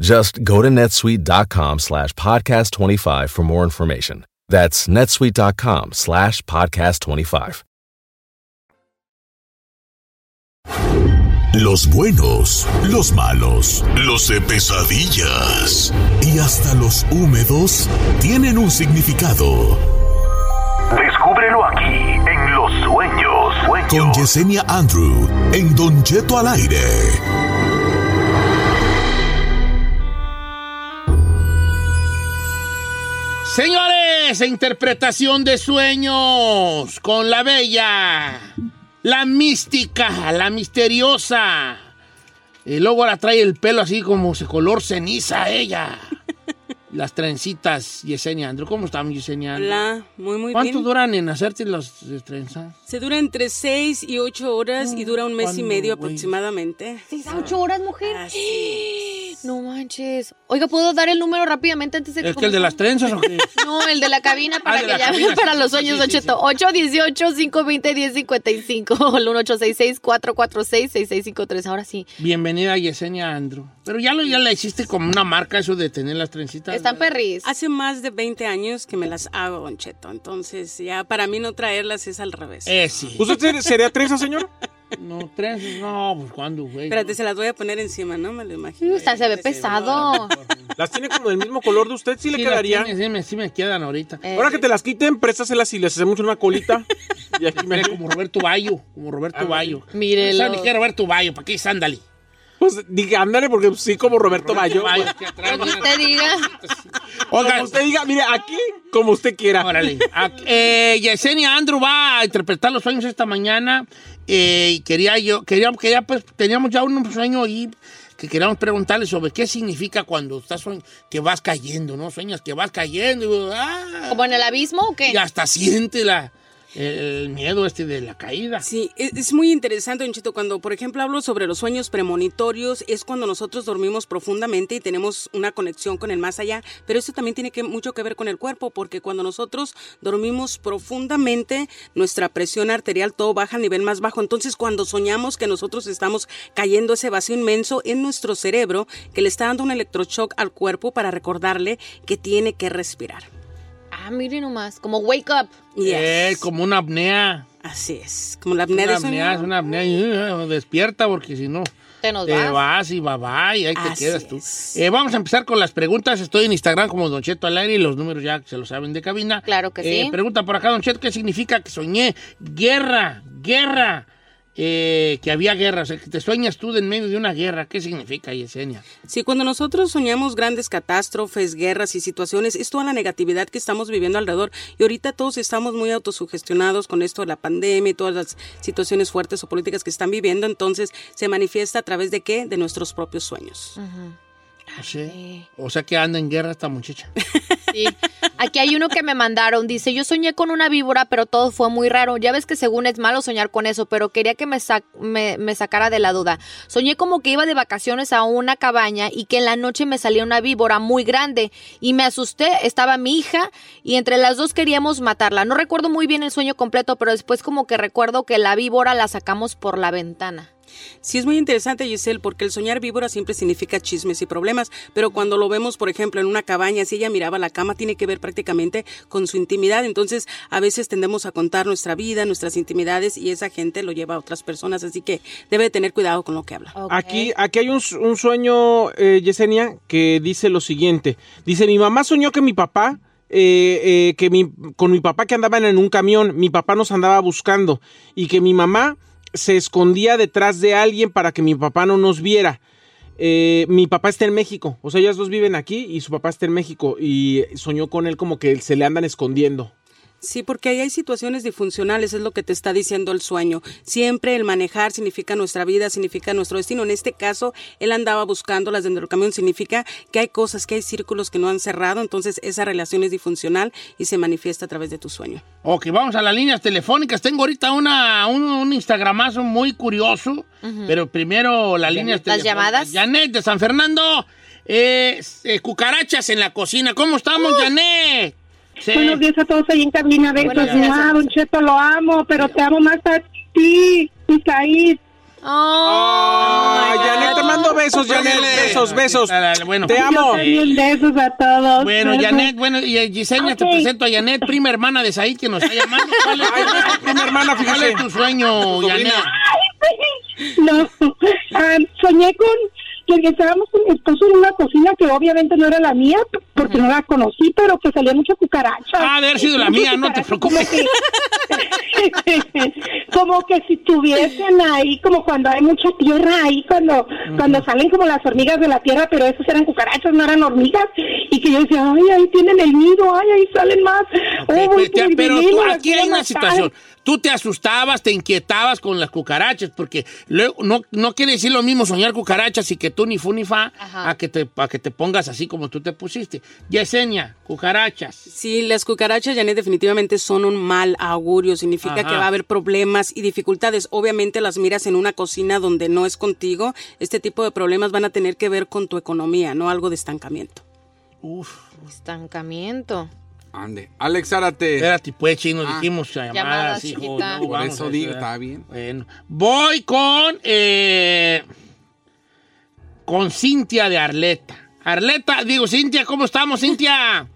[SPEAKER 10] Just go to netsuite.com slash podcast 25 for more information. That's netsuite.com slash podcast 25.
[SPEAKER 11] Los buenos, los malos, los de pesadillas y hasta los húmedos tienen un significado.
[SPEAKER 12] Descúbrelo aquí en Los Sueños.
[SPEAKER 11] Con Yesenia Andrew en Don Cheto al aire.
[SPEAKER 1] Señores, interpretación de sueños con la bella, la mística, la misteriosa. Y luego la trae el pelo así como se color ceniza ella. Las trencitas, Yesenia Andrew. ¿Cómo están, Yesenia Andrew?
[SPEAKER 13] Hola, muy muy
[SPEAKER 1] ¿Cuánto
[SPEAKER 13] bien.
[SPEAKER 1] duran en hacerte las eh, trenzas?
[SPEAKER 13] Se dura entre 6 y 8 horas y dura un mes y
[SPEAKER 1] ¿cuándo,
[SPEAKER 13] medio
[SPEAKER 1] güey?
[SPEAKER 13] aproximadamente.
[SPEAKER 2] ¿Seis a ocho horas, mujer?
[SPEAKER 7] Ah,
[SPEAKER 2] No manches. Oiga, ¿puedo dar el número rápidamente antes de que
[SPEAKER 1] ¿Es que el de las trenzas o qué?
[SPEAKER 2] No, el de la cabina para
[SPEAKER 1] Ah, de
[SPEAKER 2] que
[SPEAKER 1] la
[SPEAKER 2] llamen
[SPEAKER 1] cabina, sí,
[SPEAKER 2] para
[SPEAKER 1] sí,
[SPEAKER 2] los
[SPEAKER 1] sí,
[SPEAKER 2] sueños,
[SPEAKER 1] sí,
[SPEAKER 2] Don Cheto. 818-520-1055 o el 1866-446-6653. Ahora sí.
[SPEAKER 1] Bienvenida, Yesenia Andrew. Pero ya lo ya la hiciste como una marca eso de tener las trencitas.
[SPEAKER 2] Están perris.
[SPEAKER 13] Hace más de 20 años que me las hago, Don Cheto. Entonces, ya para mí no traerlas es al revés.
[SPEAKER 1] Eh, sí.
[SPEAKER 3] ¿Usted ser- sería trenza, señor?
[SPEAKER 1] No, trenzas, no, pues cuándo, güey.
[SPEAKER 13] Espérate, se las voy a poner encima, ¿no? Me lo imagino.
[SPEAKER 2] Uy, está- se ve pesado.
[SPEAKER 3] Las tiene como del mismo color de usted, sí le
[SPEAKER 1] Sí, las
[SPEAKER 3] quedaría.
[SPEAKER 1] tienes, sí, me, sí me quedan ahorita.
[SPEAKER 3] Ahora que te las quiten, préstaselas y les hacemos una colita. Y aquí me... Ah,
[SPEAKER 1] Mira, como Roberto Bayo, como Roberto Bayo.
[SPEAKER 2] Mírelo.
[SPEAKER 1] ¿Sabes qué Roberto Bayo? ¿Para qué sándale?
[SPEAKER 3] Pues diga, ándale, porque sí, como Roberto Bayo.
[SPEAKER 1] Bayo,
[SPEAKER 3] pues,
[SPEAKER 1] que atrás.
[SPEAKER 2] Lo que usted diga.
[SPEAKER 1] Oiga,
[SPEAKER 3] Como usted diga, mire, aquí, como usted quiera.
[SPEAKER 1] Órale. A- eh, Yesenia Andrew va a interpretar los sueños esta mañana. eh, y quería yo, queríamos, quería, pues, teníamos ya un sueño ahí que queríamos preguntarle sobre qué significa cuando estás sue- que vas cayendo, ¿no? Sueñas que vas cayendo. y, ah,
[SPEAKER 2] ¿Como en el abismo o qué?
[SPEAKER 1] y hasta siente la, el miedo este de la caída.
[SPEAKER 13] Sí, es, es muy interesante, Don Cheto, cuando por ejemplo hablo sobre los sueños premonitorios, es cuando nosotros dormimos profundamente y tenemos una conexión con el más allá, pero eso también tiene que, mucho que ver con el cuerpo, porque cuando nosotros dormimos profundamente, nuestra presión arterial todo baja al nivel más bajo, entonces cuando soñamos que nosotros estamos cayendo a ese vacío inmenso en nuestro cerebro, que le está dando un electroshock al cuerpo para recordarle que tiene que respirar.
[SPEAKER 2] Ah, mire nomás. Como wake up.
[SPEAKER 13] Yes.
[SPEAKER 1] Es Eh, como una apnea.
[SPEAKER 13] Así es, como la apnea
[SPEAKER 1] Una
[SPEAKER 13] de
[SPEAKER 1] apnea,
[SPEAKER 13] sueño.
[SPEAKER 1] es una apnea. y, eh, despierta porque si no,
[SPEAKER 2] Te nos
[SPEAKER 1] Te
[SPEAKER 2] vas.
[SPEAKER 1] vas y bye bye, ahí te
[SPEAKER 2] Así
[SPEAKER 1] quedas tú. Eh, vamos a empezar con las preguntas. Estoy en Instagram como Don Cheto al aire y los números ya se lo saben de cabina.
[SPEAKER 2] Claro que
[SPEAKER 1] Eh,
[SPEAKER 2] sí.
[SPEAKER 1] Pregunta por acá, Don Cheto, ¿qué significa que soñé guerra? Guerra. Eh, que había guerra, o sea, que te sueñas tú de en medio de una guerra. ¿Qué significa, Yesenia?
[SPEAKER 13] Sí, cuando nosotros soñamos grandes catástrofes, guerras y situaciones, es toda la negatividad que estamos viviendo alrededor. Y ahorita todos estamos muy autosugestionados con esto de la pandemia y todas las situaciones fuertes o políticas que están viviendo. Entonces, se manifiesta a través de qué? De nuestros propios sueños.
[SPEAKER 1] O sea, o sea que anda en guerra esta muchacha.
[SPEAKER 2] Aquí hay uno que me mandaron. Dice, yo soñé con una víbora, pero todo fue muy raro. Ya ves que según es malo soñar con eso, pero quería que me, sac- me, me sacara de la duda. Soñé como que iba de vacaciones a una cabaña y que en la noche me salía una víbora muy grande y me asusté. Estaba mi hija y entre las dos queríamos matarla. No recuerdo muy bien el sueño completo, pero después como que recuerdo que la víbora la sacamos por la ventana.
[SPEAKER 13] Sí, es muy interesante, Giselle, porque el soñar víbora siempre significa chismes y problemas, pero cuando lo vemos, por ejemplo, en una cabaña, si ella miraba la cama, tiene que ver prácticamente con su intimidad. Entonces, a veces tendemos a contar nuestra vida, nuestras intimidades, y esa gente lo lleva a otras personas, así que debe tener cuidado con lo que habla.
[SPEAKER 3] Aquí, aquí hay un, s- un sueño, eh, Yesenia, que dice lo siguiente. Dice, mi mamá soñó que mi papá, eh, eh, que mi, con mi papá que andaban en un camión, mi papá nos andaba buscando y que mi mamá se escondía detrás de alguien para que mi papá no nos viera. Eh, mi papá está en México, o sea, ellas dos viven aquí y su papá está en México y soñó con él como que se le andan escondiendo.
[SPEAKER 13] Sí, porque ahí hay situaciones disfuncionales, es lo que te está diciendo el sueño. Siempre el manejar significa nuestra vida, significa nuestro destino. En este caso, él andaba buscándolas dentro del camión, significa que hay cosas, que hay círculos que no han cerrado, entonces esa relación es disfuncional y se manifiesta a través de tu sueño.
[SPEAKER 1] Ok, vamos a las líneas telefónicas. Tengo ahorita una, un, un Instagramazo muy curioso,
[SPEAKER 13] Ujú.
[SPEAKER 1] pero primero las líneas
[SPEAKER 2] ¿Las
[SPEAKER 1] telefónicas.
[SPEAKER 2] llamadas?
[SPEAKER 1] Janet de San Fernando, eh, eh, cucarachas en la cocina. ¿Cómo estamos, Janet? Sí.
[SPEAKER 14] Buenos días a todos ahí en cabina.
[SPEAKER 1] Buenos
[SPEAKER 14] Besos,
[SPEAKER 1] días.
[SPEAKER 14] ma, Don Cheto, lo amo, pero te amo más a ti, Isaí.
[SPEAKER 2] Oh
[SPEAKER 3] Ay, Janet, te mando
[SPEAKER 1] Pues,
[SPEAKER 3] besos, Janet. Besos, besos. te amo.
[SPEAKER 14] También besos a todos.
[SPEAKER 1] Bueno,
[SPEAKER 14] Besos.
[SPEAKER 1] Janet, bueno, y eh, Gisenia, te
[SPEAKER 14] Ok.
[SPEAKER 1] presento a Janet, prima hermana de Saí, que nos está llamando. ¿Cuál es, prima hermana, ¿Cuál es tu sueño, Janet?
[SPEAKER 14] No, ah, soñé con que estábamos con mi esposo en una cocina que obviamente no era la mía porque no la conocí, pero que salía mucha cucaracha.
[SPEAKER 1] Ah, de haber sido la mía, no te preocupes.
[SPEAKER 14] como que si estuviesen ahí, como cuando hay mucha tierra ahí, cuando cuando salen como las hormigas de la tierra, pero esos eran cucarachas, no eran hormigas, y que yo decía, ay, ahí tienen el nido, ay, ahí salen más. Oh, voy
[SPEAKER 1] pues, Te-
[SPEAKER 14] por el
[SPEAKER 1] pero
[SPEAKER 14] veneno,
[SPEAKER 1] tú-
[SPEAKER 14] las
[SPEAKER 1] aquí
[SPEAKER 14] voy a
[SPEAKER 1] hay una
[SPEAKER 14] matar.
[SPEAKER 1] situación. Tú te asustabas, te inquietabas con las cucarachas, porque luego no, no quiere decir lo mismo soñar cucarachas y que tú ni fu ni fa a que, te, a que te pongas así como tú te pusiste. Yesenia, cucarachas.
[SPEAKER 13] Sí, las cucarachas, Janet, definitivamente son un mal augurio. Significa
[SPEAKER 1] Ajá.
[SPEAKER 13] que va a haber problemas y dificultades. Obviamente las miras en una cocina donde no es contigo. Este tipo de problemas van a tener que ver con tu economía, no algo de estancamiento.
[SPEAKER 1] Uf.
[SPEAKER 2] Estancamiento.
[SPEAKER 5] Ande. Alex Zárate.
[SPEAKER 1] Espérate, pues, chino,
[SPEAKER 5] Ah.
[SPEAKER 1] dijimos llamadas,
[SPEAKER 2] Llamadas,
[SPEAKER 1] hijo,
[SPEAKER 2] chiquita.
[SPEAKER 1] no,
[SPEAKER 5] Por
[SPEAKER 1] vamos
[SPEAKER 5] eso
[SPEAKER 1] a
[SPEAKER 5] digo,
[SPEAKER 1] hacer-
[SPEAKER 5] está bien.
[SPEAKER 1] Bueno, voy con. eh, con Cintia de Arleta. Arleta, digo, Cintia, ¿cómo estamos, Cintia?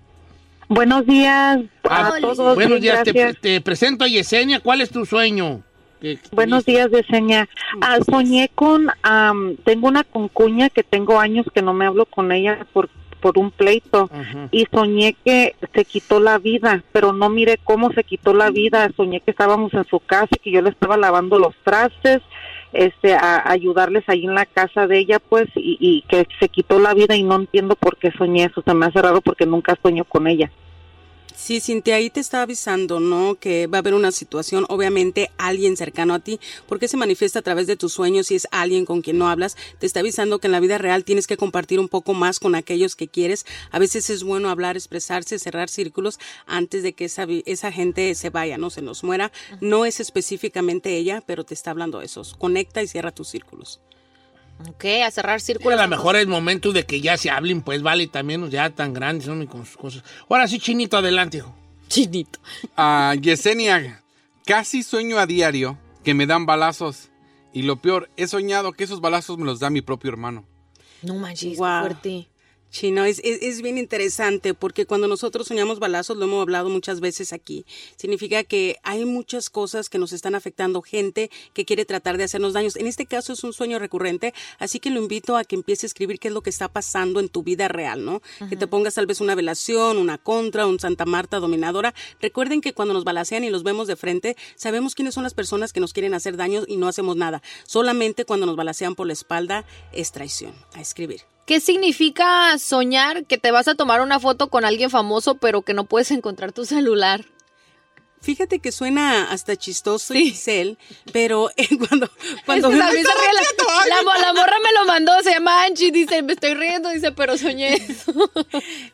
[SPEAKER 15] Buenos días
[SPEAKER 1] Ah,
[SPEAKER 15] a todos.
[SPEAKER 1] Buenos
[SPEAKER 15] bien,
[SPEAKER 1] días, te,
[SPEAKER 15] gracias.
[SPEAKER 1] te presento a Yesenia. ¿Cuál es tu sueño? Que-
[SPEAKER 15] Buenos días, Yesenia. Ah,
[SPEAKER 1] Pues,
[SPEAKER 15] soñé con, am, tengo una concuña que tengo años que no me hablo con ella por, por un pleito
[SPEAKER 1] ah.
[SPEAKER 15] Eh, y soñé que se quitó la vida, pero no miré cómo se quitó la vida. Soñé que estábamos en su casa y que yo le estaba lavando los trastes, este, a, a ayudarles ahí en la casa de ella, pues, y, y que se quitó la vida y no entiendo por qué soñé eso. Se me hace raro porque nunca sueño con ella.
[SPEAKER 13] Sí, Cintia, ahí te está avisando, ¿no? Que va a haber una situación, obviamente, alguien cercano a ti, porque se manifiesta a través de tus sueños, si es alguien con quien no hablas, te está avisando que en la vida real tienes que compartir un poco más con aquellos que quieres. A veces es bueno hablar, expresarse, cerrar círculos antes de que esa, vi- esa gente se vaya, ¿no? Se nos muera. No es específicamente ella, pero te está hablando eso. Conecta y cierra tus círculos.
[SPEAKER 2] Ok, a cerrar
[SPEAKER 1] A
[SPEAKER 2] círculos.
[SPEAKER 1] lo mejor es momento de que ya se hablen, pues vale, también ya tan grandes son con sus cosas. Ahora sí, Chinito, adelante, hijo.
[SPEAKER 2] Chinito.
[SPEAKER 5] Ah, Yesenia, casi sueño a diario que me dan balazos. Y lo peor, he soñado que esos balazos me los da mi propio hermano.
[SPEAKER 2] No manches, qué
[SPEAKER 13] Wow.
[SPEAKER 2] fuerte.
[SPEAKER 13] Chino, es, es, es bien interesante porque cuando nosotros soñamos balazos, lo hemos hablado muchas veces aquí, significa que hay muchas cosas que nos están afectando, gente que quiere tratar de hacernos daños. En este caso es un sueño recurrente, así que lo invito a que empiece a escribir qué es lo que está pasando en tu vida real, ¿no? Que te pongas tal vez una velación, una contra, un Santa Marta dominadora. Recuerden que cuando nos balacean y los vemos de frente, sabemos quiénes son las personas que nos quieren hacer daño y no hacemos nada. Solamente cuando nos balacean por la espalda es traición. A escribir.
[SPEAKER 2] ¿Qué significa soñar que te vas a tomar una foto con alguien famoso pero que no puedes encontrar tu celular?
[SPEAKER 13] Fíjate que suena hasta chistoso, Giselle, pero eh, cuando, cuando
[SPEAKER 2] Es que
[SPEAKER 13] uno-
[SPEAKER 2] también se ríe la, la mo- la morra me lo mandó, se llama Angie, dice, me estoy riendo, dice, pero soñé eso.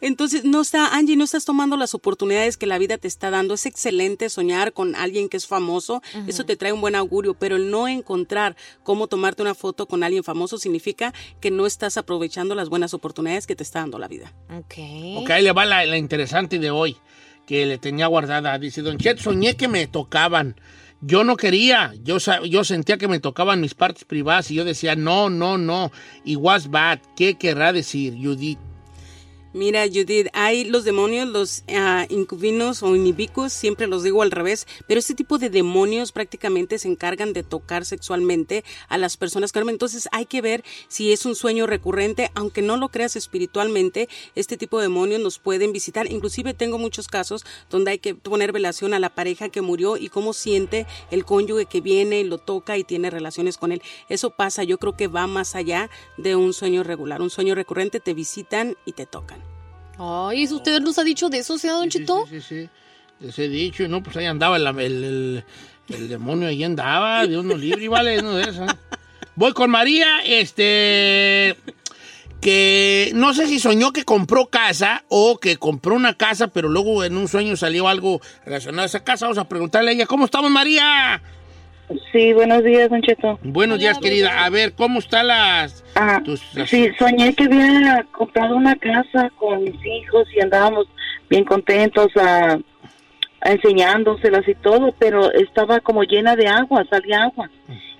[SPEAKER 13] Entonces, no está, Angie, no estás tomando las oportunidades que la vida te está dando. Es excelente soñar con alguien que es famoso,
[SPEAKER 2] Ujú.
[SPEAKER 13] eso te trae un buen augurio, pero el no encontrar cómo tomarte una foto con alguien famoso significa que no estás aprovechando las buenas oportunidades que te está dando la vida.
[SPEAKER 1] Ok, ahí le va la, la interesante de hoy, que le tenía guardada. Dice, Don Chet, soñé que me tocaban. Yo no quería, yo, sa- yo sentía que me tocaban mis partes privadas y yo decía, no, no, no. Y was bad, ¿qué querrá decir, Judith?
[SPEAKER 13] Mira, Judith, hay los demonios, los ah, incubinos o inhibicos, siempre los digo al revés, pero este tipo de demonios prácticamente se encargan de tocar sexualmente a las personas que duermen. Entonces hay que ver si es un sueño recurrente, aunque no lo creas espiritualmente, este tipo de demonios nos pueden visitar. Inclusive tengo muchos casos donde hay que poner relación a la pareja que murió y cómo siente el cónyuge que viene, y lo toca y tiene relaciones con él. Eso pasa, yo creo que va más allá de un sueño regular. Un sueño recurrente te visitan y te tocan.
[SPEAKER 2] Ay, ¿usted nos ha dicho de eso, sea Don Chito?
[SPEAKER 1] Sí, sí, Les he dicho, y no, pues ahí andaba el, el- el- el demonio, ahí andaba, de uno libre, y vale, no de esas. Voy con María, este, que no sé si soñó que compró casa o que compró una casa, pero luego en un sueño salió algo relacionado a esa casa. Vamos a preguntarle a ella, ¿cómo estamos, María?
[SPEAKER 16] Sí, buenos días, Don Cheto.
[SPEAKER 1] Buenos días, querida. A ver, ¿cómo están las...
[SPEAKER 16] Ah,
[SPEAKER 1] tus- las-
[SPEAKER 16] sí, soñé que había comprado una casa con mis hijos y andábamos bien contentos a, a enseñándoselas y todo, pero estaba como llena de agua, salía agua.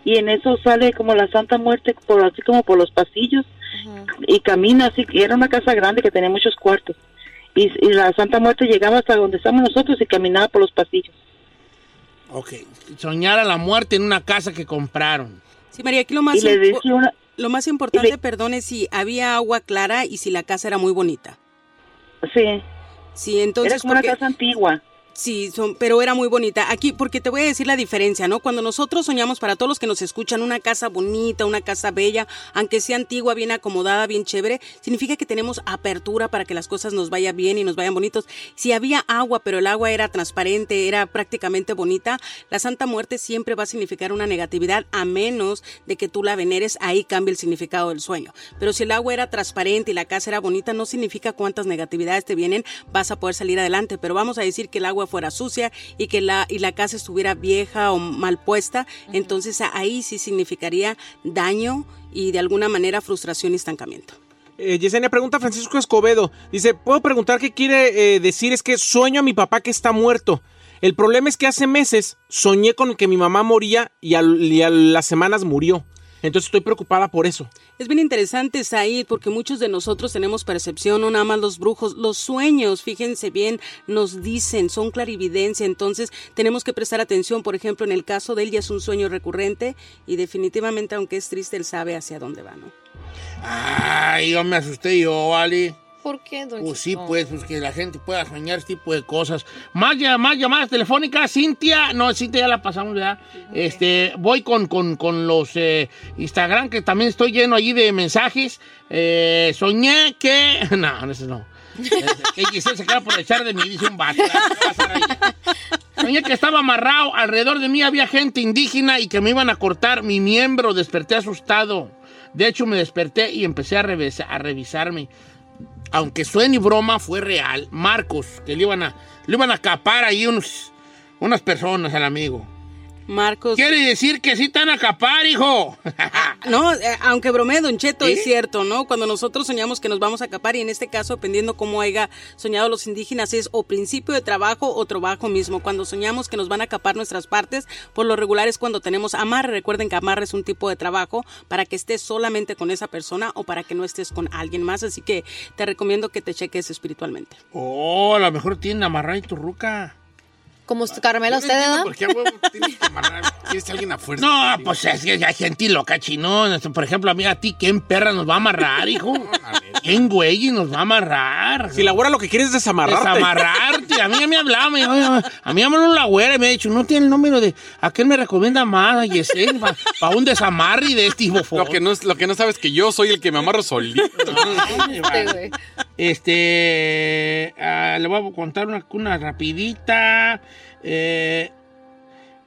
[SPEAKER 16] Y en eso sale como la Santa Muerte, por así como por los pasillos, y camina así. y era una casa grande que tenía muchos cuartos. Y, y la Santa Muerte llegaba hasta donde estamos nosotros y caminaba por los pasillos.
[SPEAKER 1] Ok, soñar a la muerte en una casa que compraron.
[SPEAKER 13] Sí, María, aquí lo más,
[SPEAKER 16] Y le
[SPEAKER 13] impo-
[SPEAKER 16] dije una-
[SPEAKER 13] lo más importante, perdón, es si había agua clara y si la casa era muy bonita.
[SPEAKER 16] Sí.
[SPEAKER 13] Sí, entonces...
[SPEAKER 16] Era como una casa antigua.
[SPEAKER 13] Sí, son, pero era muy bonita. Aquí, porque te voy a decir la diferencia, ¿no? Cuando nosotros soñamos, para todos los que nos escuchan, una casa bonita, una casa bella, aunque sea antigua, bien acomodada, bien chévere, significa que tenemos apertura para que las cosas nos vayan bien y nos vayan bonitos. Si había agua, pero el agua era transparente, era prácticamente bonita, la Santa Muerte siempre va a significar una negatividad, a menos de que tú la veneres, ahí cambia el significado del sueño. Pero si el agua era transparente y la casa era bonita, no significa cuántas negatividades te vienen, vas a poder salir adelante. Pero vamos a decir que el agua fuera sucia y que la, y la casa estuviera vieja o mal puesta, entonces a- ahí sí significaría daño y de alguna manera frustración y estancamiento.
[SPEAKER 3] Eh, Yesenia pregunta a Francisco Escobedo. Dice, ¿puedo preguntar qué quiere eh, decir? Es que sueño a mi papá que está muerto. El problema es que hace meses soñé con que mi mamá moría y, al- y a las semanas murió. Entonces estoy preocupada por eso.
[SPEAKER 13] Es bien interesante, Said, porque muchos de nosotros tenemos percepción, no nada más los brujos, los sueños, fíjense bien, nos dicen, son clarividencia, entonces tenemos que prestar atención, por ejemplo, en el caso de él ya es un sueño recurrente y definitivamente, aunque es triste, él sabe hacia dónde va, ¿no?
[SPEAKER 1] Ay, yo me asusté yo, vale.
[SPEAKER 2] ¿Por qué, Don
[SPEAKER 1] Pues sí,
[SPEAKER 2] Cheto?
[SPEAKER 1] pues, pues que la gente pueda soñar este tipo de cosas. Más, llama- más llamadas telefónicas, Cintia. No, Cintia ya la pasamos, ¿verdad? Este, voy con, con, con los eh, Instagram, que también estoy lleno allí de mensajes. Eh, soñé que. No, no, eso no. Este, Que Giselle se quiera aprovechar de mí, dice un vato. Soñé que estaba amarrado, alrededor de mí había gente indígena y que me iban a cortar mi miembro, desperté asustado. De hecho, me desperté y empecé a, revesa- a revisarme. Aunque suene broma, fue real. Marcos, que le iban a, le iban a capar ahí unos, unas personas al amigo.
[SPEAKER 13] Marcos.
[SPEAKER 1] Quiere decir que sí están a capar, hijo.
[SPEAKER 13] no, eh, aunque bromee, Don Cheto, es cierto, ¿no? Cuando nosotros soñamos que nos vamos a capar, y en este caso, dependiendo cómo haya soñado los indígenas, es o principio de trabajo o trabajo mismo. Cuando soñamos que nos van a capar nuestras partes, por lo regular es cuando tenemos amarre. Recuerden que amarre es un tipo de trabajo para que estés solamente con esa persona o para que no estés con alguien más. Así que te recomiendo que te cheques espiritualmente.
[SPEAKER 1] Oh, a lo mejor tienen amarrada tu ruca.
[SPEAKER 2] Como Carmela, usted, ¿verdad?
[SPEAKER 5] ¿Por qué a ah, huevo tienes que amarrar? ¿Quieres alguien a fuerza?
[SPEAKER 1] No, pues es que hay gente loca, chino. Por ejemplo, a mí, a ti, ¿quién perra nos va a amarrar, hijo? ¿Quién güey nos va a amarrar?
[SPEAKER 3] Si la güera lo que quiere es desamarrarte.
[SPEAKER 1] Desamarrarte. A mí ya me hablaba, me dijo, "Oye, a mí ya me habló la güera y me ha dicho, no tiene el número de a quién me recomienda más, a Yesenia, para un desamarre de este bofón.
[SPEAKER 5] Lo que, no, es- lo que no sabes que yo soy el que me amarro solito.
[SPEAKER 1] Este, ah, le voy a contar una, una rapidita. Eh,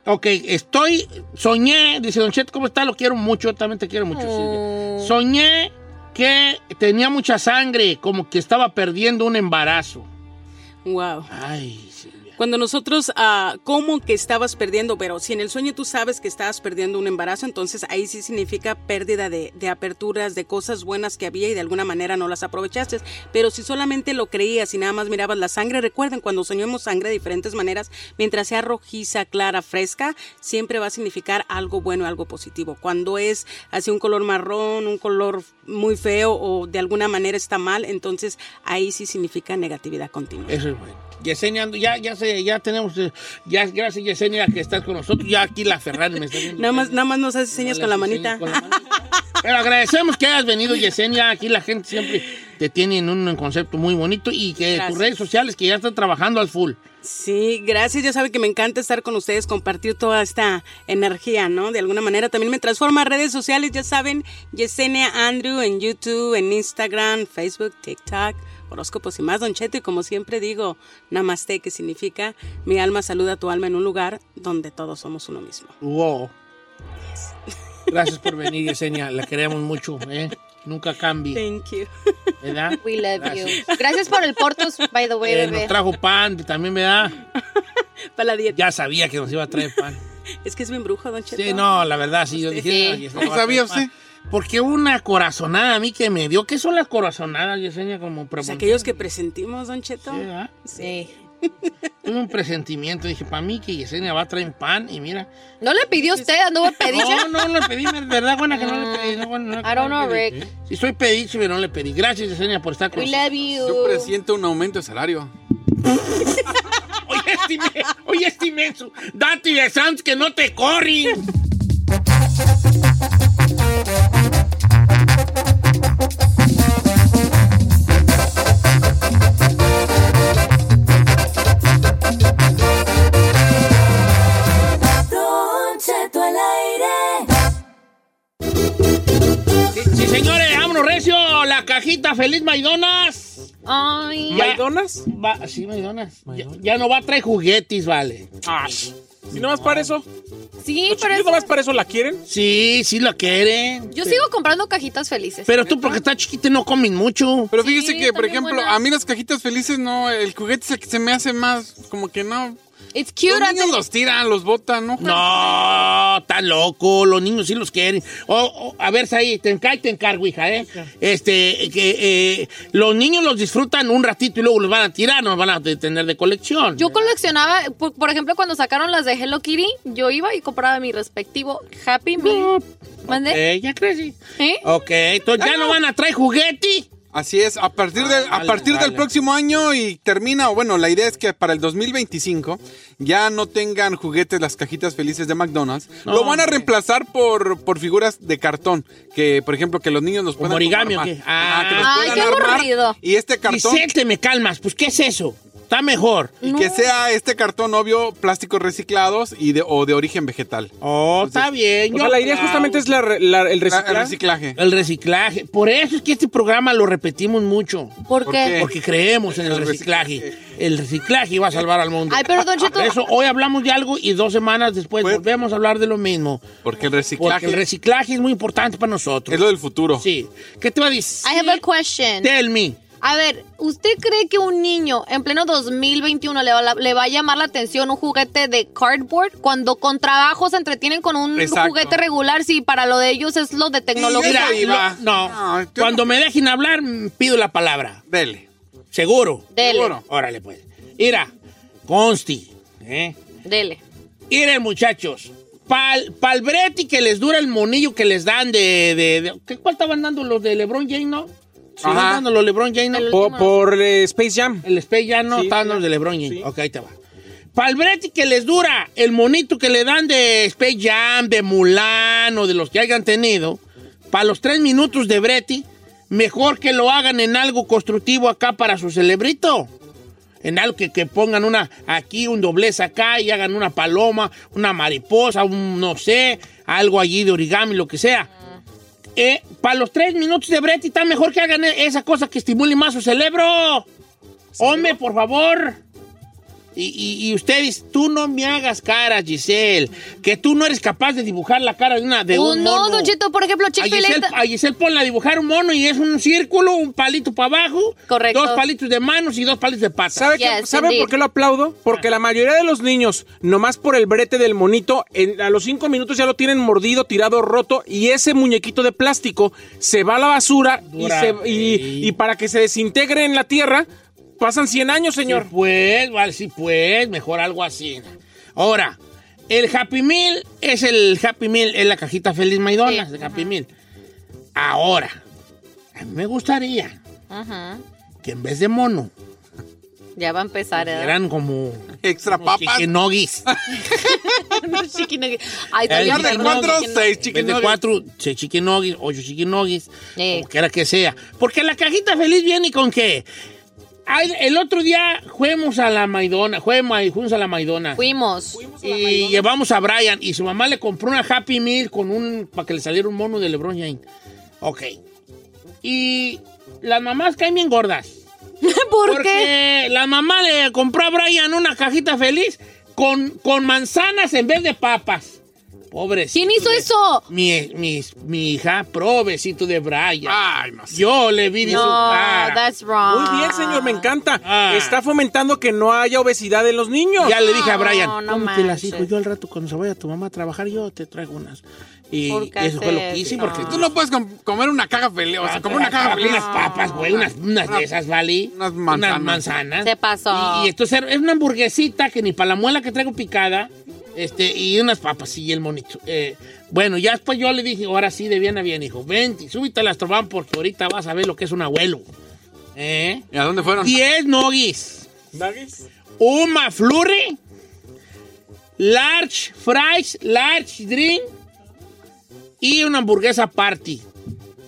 [SPEAKER 1] ok, estoy, soñé, dice Don Chet, ¿cómo está? Lo quiero mucho, yo también te quiero mucho. Silvia.
[SPEAKER 13] Mm.
[SPEAKER 2] Oh,
[SPEAKER 1] Soñé que tenía mucha sangre, como que estaba perdiendo un embarazo.
[SPEAKER 13] Wow.
[SPEAKER 1] Ay,
[SPEAKER 13] Cuando nosotros, ah, ¿cómo que estabas perdiendo? Pero si en el sueño tú sabes que estabas perdiendo un embarazo, entonces ahí sí significa pérdida de, de aperturas, de cosas buenas que había y de alguna manera no las aprovechaste. Pero si solamente lo creías y nada más mirabas la sangre, recuerden, cuando soñamos sangre de diferentes maneras, mientras sea rojiza, clara, fresca, siempre va a significar algo bueno, algo positivo. Cuando es así un color marrón, un color muy feo o de alguna manera está mal, entonces ahí sí significa negatividad continua.
[SPEAKER 1] Eso es bueno. Yesenia, ando- ya, ya, sé, ya tenemos, eh, ya, gracias Yesenia que estás con nosotros, ya aquí la Ferrari me está viendo.
[SPEAKER 13] Nada más, nada más nos hace señas con la manita.
[SPEAKER 1] Pero agradecemos que hayas venido, Yesenia. Aquí la gente siempre te tiene en un concepto muy bonito y que tus
[SPEAKER 13] Gracias.
[SPEAKER 1] redes sociales que ya están trabajando al full.
[SPEAKER 13] Sí, gracias. Ya saben que me encanta estar con ustedes, compartir toda esta energía, ¿no? De alguna manera también me transforma a redes sociales, ya saben, Yesenia Andrew en YouTube, en Instagram, Facebook, TikTok, horóscopos y más, Don Cheto. Y como siempre digo, Namaste, que significa mi alma saluda a tu alma en un lugar donde todos somos uno mismo.
[SPEAKER 1] Wow. Gracias por venir, Yesenia. La queremos mucho, ¿eh? Nunca cambie,
[SPEAKER 13] Thank you.
[SPEAKER 1] ¿verdad?
[SPEAKER 2] We love
[SPEAKER 1] Gracias.
[SPEAKER 2] you. Gracias por el Portos, by the way,
[SPEAKER 1] Eh,
[SPEAKER 2] bebé.
[SPEAKER 1] nos trajo pan, también me da.
[SPEAKER 13] Para la dieta.
[SPEAKER 1] Ya sabía que nos iba a traer pan.
[SPEAKER 13] Es que es bien brujo, Don Cheto.
[SPEAKER 1] Sí, no, la verdad, sí, yo dije.
[SPEAKER 13] Sí.
[SPEAKER 1] "Ay, Yesenia
[SPEAKER 13] ¿Cómo
[SPEAKER 1] va a
[SPEAKER 13] sabía
[SPEAKER 1] traer pan".
[SPEAKER 13] usted?
[SPEAKER 1] Porque una corazonada a mí que me dio. ¿Qué son las corazonadas, Yesenia? Como
[SPEAKER 13] Pues aquellos que presentimos, Don Cheto.
[SPEAKER 1] Sí, ¿verdad?
[SPEAKER 13] Sí.
[SPEAKER 1] Tuve un presentimiento, dije, para mí que Yesenia va a traer pan y mira.
[SPEAKER 2] ¿No le pidió usted? ¿Anduvo
[SPEAKER 1] No,
[SPEAKER 2] pedilla?
[SPEAKER 1] no le pedí, es verdad, buena que no le pedí. No, bueno, no,
[SPEAKER 2] I don't
[SPEAKER 1] no le
[SPEAKER 2] know,
[SPEAKER 1] pedí.
[SPEAKER 2] Rick.
[SPEAKER 1] Sí, soy pediche, pero no le pedí. Gracias, Yesenia, por estar con
[SPEAKER 2] We
[SPEAKER 1] nosotros.
[SPEAKER 2] love you.
[SPEAKER 5] Yo presiento un aumento de salario.
[SPEAKER 1] Oye, este, imen- oye, este inmenso. Dati de Sanz que no te corri.
[SPEAKER 6] Don Cheto al aire.
[SPEAKER 1] Sí, sí, señores, vámonos recio. La cajita feliz Maidonas.
[SPEAKER 2] Ay.
[SPEAKER 1] ¿Maidonas? sí, Maidonas. Ya, ya no va a traer juguetes, vale.
[SPEAKER 3] Ah, si nomás para eso.
[SPEAKER 2] Sí,
[SPEAKER 3] Los
[SPEAKER 2] pero
[SPEAKER 3] chiquillos nomás para eso la quieren.
[SPEAKER 1] Sí, sí lo quieren.
[SPEAKER 2] yo sigo comprando cajitas felices.
[SPEAKER 1] Pero tú porque estás chiquita no comes mucho.
[SPEAKER 5] Pero fíjese
[SPEAKER 2] Sí,
[SPEAKER 5] que, por
[SPEAKER 2] también
[SPEAKER 5] ejemplo,
[SPEAKER 2] buenas.
[SPEAKER 5] a mí las cajitas felices no, el juguete es el que se me hace más, como que no.
[SPEAKER 2] It's cute.
[SPEAKER 5] Los niños
[SPEAKER 2] hace-
[SPEAKER 5] los tiran, los botan, ¿no?
[SPEAKER 1] No, está loco, los niños sí los quieren. O- o, a ver, ahí te encargo, te encargo, hija, ¿eh? Este, que eh, los niños los disfrutan un ratito y luego los van a tirar, no los van a tener de colección.
[SPEAKER 2] Yo coleccionaba, por, por ejemplo, cuando sacaron las de Hello Kitty, yo iba y compraba mi respectivo Happy Meal. ¿Mande?
[SPEAKER 1] Eh, ya crecí.
[SPEAKER 2] ¿Eh?
[SPEAKER 1] Ok, Oh, entonces
[SPEAKER 3] Ah,
[SPEAKER 1] ya no van a traer juguete.
[SPEAKER 5] Así es, a partir, del, a
[SPEAKER 1] Vale,
[SPEAKER 5] partir del
[SPEAKER 1] vale.
[SPEAKER 5] próximo año y termina, o bueno, la idea es que para el 2025 ya no tengan juguetes las cajitas felices de McDonald's.
[SPEAKER 1] No,
[SPEAKER 5] Lo van a
[SPEAKER 1] hombre.
[SPEAKER 5] reemplazar por, por figuras de cartón, que por ejemplo que los niños los puedan
[SPEAKER 1] origami o
[SPEAKER 5] armar.
[SPEAKER 1] qué?
[SPEAKER 5] Ajá, que los
[SPEAKER 2] Ah.
[SPEAKER 5] puedan
[SPEAKER 2] Ay, qué
[SPEAKER 5] armar.
[SPEAKER 2] aburrido.
[SPEAKER 5] Y este cartón...
[SPEAKER 1] Vicente, me calmas, pues ¿qué es eso? Está mejor.
[SPEAKER 5] Y que sea este cartón, obvio, plásticos reciclados y de, o de origen vegetal.
[SPEAKER 1] Oh, está bien.
[SPEAKER 3] O
[SPEAKER 1] yo
[SPEAKER 3] sea, Pues la idea
[SPEAKER 1] aplaudo.
[SPEAKER 3] justamente es la re- la- el
[SPEAKER 5] La-
[SPEAKER 3] reciclaje.
[SPEAKER 5] el reciclaje.
[SPEAKER 1] El reciclaje. Por eso es que este programa lo repetimos mucho.
[SPEAKER 2] ¿Por,
[SPEAKER 5] ¿Por
[SPEAKER 2] qué?
[SPEAKER 5] qué?
[SPEAKER 1] Porque creemos en el reciclaje. El reciclaje va a salvar al mundo.
[SPEAKER 2] Ay, pero Don Cheto-
[SPEAKER 1] Por eso hoy hablamos de algo y dos semanas después volvemos a hablar de lo mismo.
[SPEAKER 5] Porque el
[SPEAKER 1] Porque
[SPEAKER 5] reciclaje
[SPEAKER 1] el reciclaje es muy importante para
[SPEAKER 5] es
[SPEAKER 1] nosotros.
[SPEAKER 5] lo del futuro.
[SPEAKER 1] Sí. ¿Qué te va a decir?
[SPEAKER 2] I have a question.
[SPEAKER 1] Tell me.
[SPEAKER 2] A ver, ¿usted cree que un niño en pleno 2021 le va, le va a llamar la atención un juguete de cardboard cuando con trabajo se entretienen con un
[SPEAKER 1] Exacto.
[SPEAKER 2] juguete regular si para lo de ellos es lo de tecnología?
[SPEAKER 1] Mira, no, no. cuando me dejen hablar, mm, pido la palabra. Dele. ¿Seguro?
[SPEAKER 2] Dele.
[SPEAKER 1] Seguro. Órale, pues. Mira, consti. ¿eh?
[SPEAKER 2] Dele.
[SPEAKER 1] Miren, muchachos. Pal, palbreti que les dura el monillo que les dan de... de, de- ¿qué- ¿Cuál estaban dando los de LeBron James, no? Estaban
[SPEAKER 3] Ajá.
[SPEAKER 1] dando los LeBron James, ¿no?
[SPEAKER 3] Por, por, eh, Space Jam.
[SPEAKER 1] El Space Jam no, estaban los de LeBron James. Ok, ahí te va. Palbreti que les dura el monito que le dan de Space Jam, de Mulan o de los que hayan tenido, para los tres minutos de Breti, mejor que lo hagan en algo constructivo acá para su celebrito. En algo que, que pongan una aquí, un doblez acá y hagan una paloma, una mariposa, un no sé, algo allí de origami, lo que sea. para Eh, los tres minutos de Breti está mejor que hagan e- esa cosa que estimule más su cerebro. Hombre, por favor. Y, y- y ustedes, tú no me hagas caras, Giselle, que tú no eres capaz de dibujar la cara de una de
[SPEAKER 2] Uh,
[SPEAKER 1] un
[SPEAKER 2] no,
[SPEAKER 1] mono.
[SPEAKER 2] Don Cheto, por ejemplo,
[SPEAKER 1] a
[SPEAKER 2] Chick-fil-A
[SPEAKER 1] Giselle,
[SPEAKER 2] está-
[SPEAKER 1] a Giselle ponla a dibujar un mono y es un círculo, un palito para abajo,
[SPEAKER 2] Correcto.
[SPEAKER 1] dos palitos de manos y dos palitos de patas.
[SPEAKER 3] ¿Sabe, qué- ¿sabe por qué lo aplaudo? Porque la mayoría de los niños, nomás por el brete del monito, en- a los cinco minutos ya lo tienen mordido, tirado, roto, y ese muñequito de plástico se va a la basura y, se- y- y para que se desintegre en la tierra, pasan 100 años, señor.
[SPEAKER 1] Sí, pues, vale, sí, pues, mejor algo así. Ahora, el Happy Meal es el Happy Meal, es la cajita feliz Maidona, el Happy Meal. Ahora, a mí me gustaría
[SPEAKER 2] Ajá.
[SPEAKER 1] que en vez de mono,
[SPEAKER 2] Ya va a empezar, ¿eh?
[SPEAKER 1] eran como...
[SPEAKER 5] Extra papas.
[SPEAKER 1] Chiquinogis.
[SPEAKER 2] Unos chiquinegui- Ay,
[SPEAKER 1] En
[SPEAKER 2] señor,
[SPEAKER 1] vez de
[SPEAKER 2] perdón,
[SPEAKER 1] cuatro,
[SPEAKER 2] chiquine-
[SPEAKER 1] seis chiquinogis. En vez de cuatro, seis chiquinogis, ocho chiquinogis,
[SPEAKER 2] Eh.
[SPEAKER 1] como quiera que sea. Porque la cajita feliz viene con qué. Ay, el otro día juguemos a la Maidona, juguemos a- juguemos a la Maidona.
[SPEAKER 2] Fuimos.
[SPEAKER 1] Y llevamos a Brian y su mamá le compró una Happy Meal con un para que le saliera un mono de LeBron James. Ok. Y las mamás caen bien gordas.
[SPEAKER 2] ¿Por
[SPEAKER 1] Porque la mamá le compró a Brian una cajita feliz con, con manzanas en vez de papas. Pobre.
[SPEAKER 2] ¿Quién hizo eso?
[SPEAKER 1] Mi, mi, mi hija, provecito de Brian.
[SPEAKER 5] Ah,
[SPEAKER 1] Yo le vi de su cara.
[SPEAKER 3] Muy
[SPEAKER 2] Ah.
[SPEAKER 3] bien, señor, me encanta. Está fomentando que no haya obesidad en los niños.
[SPEAKER 1] Ah. Ya le dije a Brian,
[SPEAKER 3] No,
[SPEAKER 1] cómetelas, hijo. Yo al rato cuando se vaya tu mamá a trabajar, yo te traigo unas. Y
[SPEAKER 3] ¿Por qué
[SPEAKER 1] eso fue lo que
[SPEAKER 3] haces?
[SPEAKER 1] hice, porque
[SPEAKER 5] Tú no puedes com- comer una caja feliz, o sea, comer una Ah, caja feliz.
[SPEAKER 1] unas papas, güey, unas, unas de esas, ¿vale? Unas
[SPEAKER 5] manzanas.
[SPEAKER 1] manzanas.
[SPEAKER 2] Se pasó.
[SPEAKER 1] Y, y entonces es una hamburguesita que ni para la muela que traigo picada, este, y unas papas y el monito. Eh, bueno, ya después yo le dije, ahora sí, de bien a bien, hijo, vente, y súbete al Astroban porque ahorita vas a ver lo que es un abuelo. ¿Eh?
[SPEAKER 5] ¿Y a dónde fueron?
[SPEAKER 1] Diez noggies. Un McFlurry. Large fries, large drink. Y una hamburguesa party.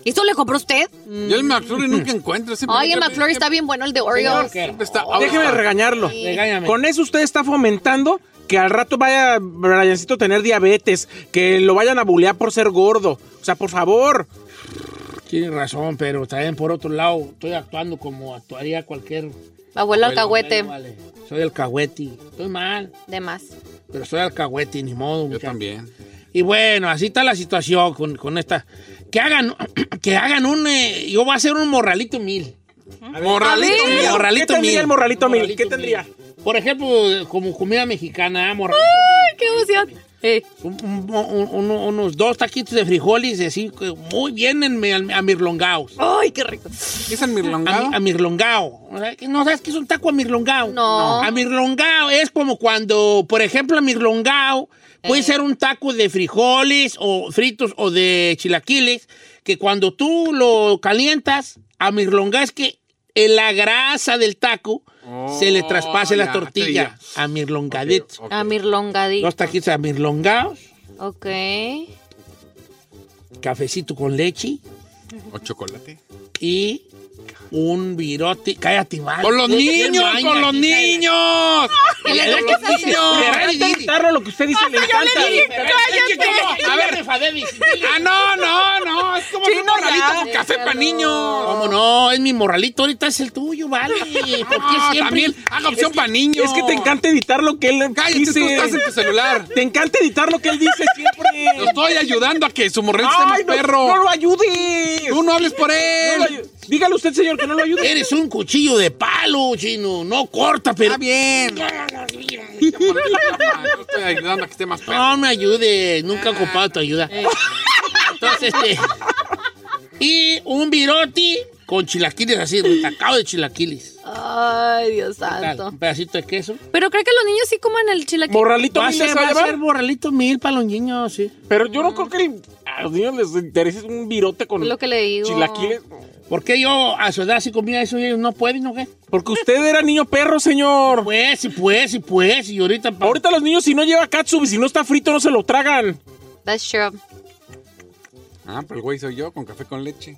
[SPEAKER 2] ¿Eso le compró usted?
[SPEAKER 5] Yo el McFlurry nunca encuentro. siempre-
[SPEAKER 2] Ay, el McFlurry está bien bueno, el de Oreo.
[SPEAKER 5] Siempre está-
[SPEAKER 3] Déjeme regañarlo.
[SPEAKER 2] Sí. Regáñame.
[SPEAKER 3] Con eso usted está fomentando que al rato vaya Briancito a tener diabetes, que lo vayan a bulear por ser gordo. O sea, por favor.
[SPEAKER 1] Tienes razón, pero también por otro lado, estoy actuando como actuaría cualquier.
[SPEAKER 2] Abuelo alcahuete.
[SPEAKER 1] Vale, Soy alcahuete. Estoy mal,
[SPEAKER 2] De más.
[SPEAKER 1] pero soy alcahuete, ni modo. Yo también. Y bueno, así está la situación con, con esta. Que hagan, que hagan un. eh, yo voy a hacer un morralito mil.
[SPEAKER 3] Morralito mil.
[SPEAKER 1] Morralito
[SPEAKER 3] ¿Qué tendría
[SPEAKER 1] mil.
[SPEAKER 3] el morralito mil? ¿Qué
[SPEAKER 1] tendría? Por ejemplo, como comida mexicana, morralito.
[SPEAKER 2] ¡Ay, qué emoción! Eh,
[SPEAKER 1] Un- un- un- uno- unos dos taquitos de frijoles, así, que muy bien en- a mirlongaos.
[SPEAKER 2] ¡Ay, qué rico!
[SPEAKER 1] ¿Es a mirlongao? A, mirlongao. O sea, que ¿No sabes qué es un taco a mirlongao? No. A mirlongao es como cuando, por ejemplo, a mirlongao
[SPEAKER 2] Eh.
[SPEAKER 1] puede ser un taco de frijoles o fritos o de chilaquiles, que cuando tú lo calientas, a mirlongao es que en la grasa del taco se le traspase
[SPEAKER 2] Oh,
[SPEAKER 1] la
[SPEAKER 2] ya,
[SPEAKER 1] tortilla. A mirlongadito.
[SPEAKER 2] A mirlongadito.
[SPEAKER 1] Dos taquitos a mirlongaos.
[SPEAKER 2] Ok.
[SPEAKER 1] cafecito con leche.
[SPEAKER 5] O chocolate. Ah,
[SPEAKER 1] Y un virote. Cállate, vale.
[SPEAKER 5] Con los
[SPEAKER 1] Qué
[SPEAKER 5] niños,
[SPEAKER 1] maña,
[SPEAKER 5] con los
[SPEAKER 1] hija.
[SPEAKER 5] niños.
[SPEAKER 1] Que le den que se- Ferrari, Didi.
[SPEAKER 3] lo que usted dice le
[SPEAKER 1] Hasta yo
[SPEAKER 3] encanta.
[SPEAKER 1] le dije,
[SPEAKER 3] Ferrari.
[SPEAKER 1] cállate.
[SPEAKER 3] Es que como-
[SPEAKER 1] A
[SPEAKER 3] a
[SPEAKER 1] ver,
[SPEAKER 3] ver.
[SPEAKER 1] Ah, no, no, no. Es como
[SPEAKER 3] Chino,
[SPEAKER 1] un morralito
[SPEAKER 3] ya.
[SPEAKER 1] con café para niños. ¿Cómo no? Es mi morralito. Ahorita es el tuyo, vale. Porque siempre.
[SPEAKER 5] también haga opción para niños.
[SPEAKER 3] Es que te encanta editar lo que él
[SPEAKER 5] Cállate,
[SPEAKER 3] dice.
[SPEAKER 5] tú estás en tu celular.
[SPEAKER 3] Te encanta editar lo que él dice siempre.
[SPEAKER 5] Lo estoy ayudando a que su morrito esté más
[SPEAKER 3] no,
[SPEAKER 5] perro.
[SPEAKER 3] No lo ayude. ayudes. Tú no hables por él. Dígale usted, señor, que no lo ayude.
[SPEAKER 1] Eres un cuchillo de palo, chino. No corta, pero.
[SPEAKER 5] Está bien. Yo estoy ayudando a que esté más perro.
[SPEAKER 1] No me ayudes. Nunca he ocupado tu ayuda. Entonces, este. Y un viroti con chilaquiles así, atacado de chilaquiles.
[SPEAKER 2] Ay, Dios
[SPEAKER 1] Tal,
[SPEAKER 2] santo.
[SPEAKER 1] Un pedacito de queso.
[SPEAKER 2] Pero creo que los niños sí coman el chilaquil.
[SPEAKER 3] Borralito mil les va a
[SPEAKER 1] va a ser
[SPEAKER 3] llevar.
[SPEAKER 1] borralito mil para los niños, sí.
[SPEAKER 3] Pero yo no creo que el- a los niños les interese un virote con
[SPEAKER 2] Lo que le digo.
[SPEAKER 3] chilaquiles.
[SPEAKER 1] ¿Por qué yo a su edad sí comía eso y ellos no pueden, o qué?
[SPEAKER 3] Porque usted era niño perro, señor.
[SPEAKER 1] Pues, y pues, y pues, y ahorita... pa-
[SPEAKER 3] Ahorita los niños si no lleva katsubi, si no está frito, no se lo tragan.
[SPEAKER 2] That's true.
[SPEAKER 5] Ah, pero el güey soy yo con café con leche.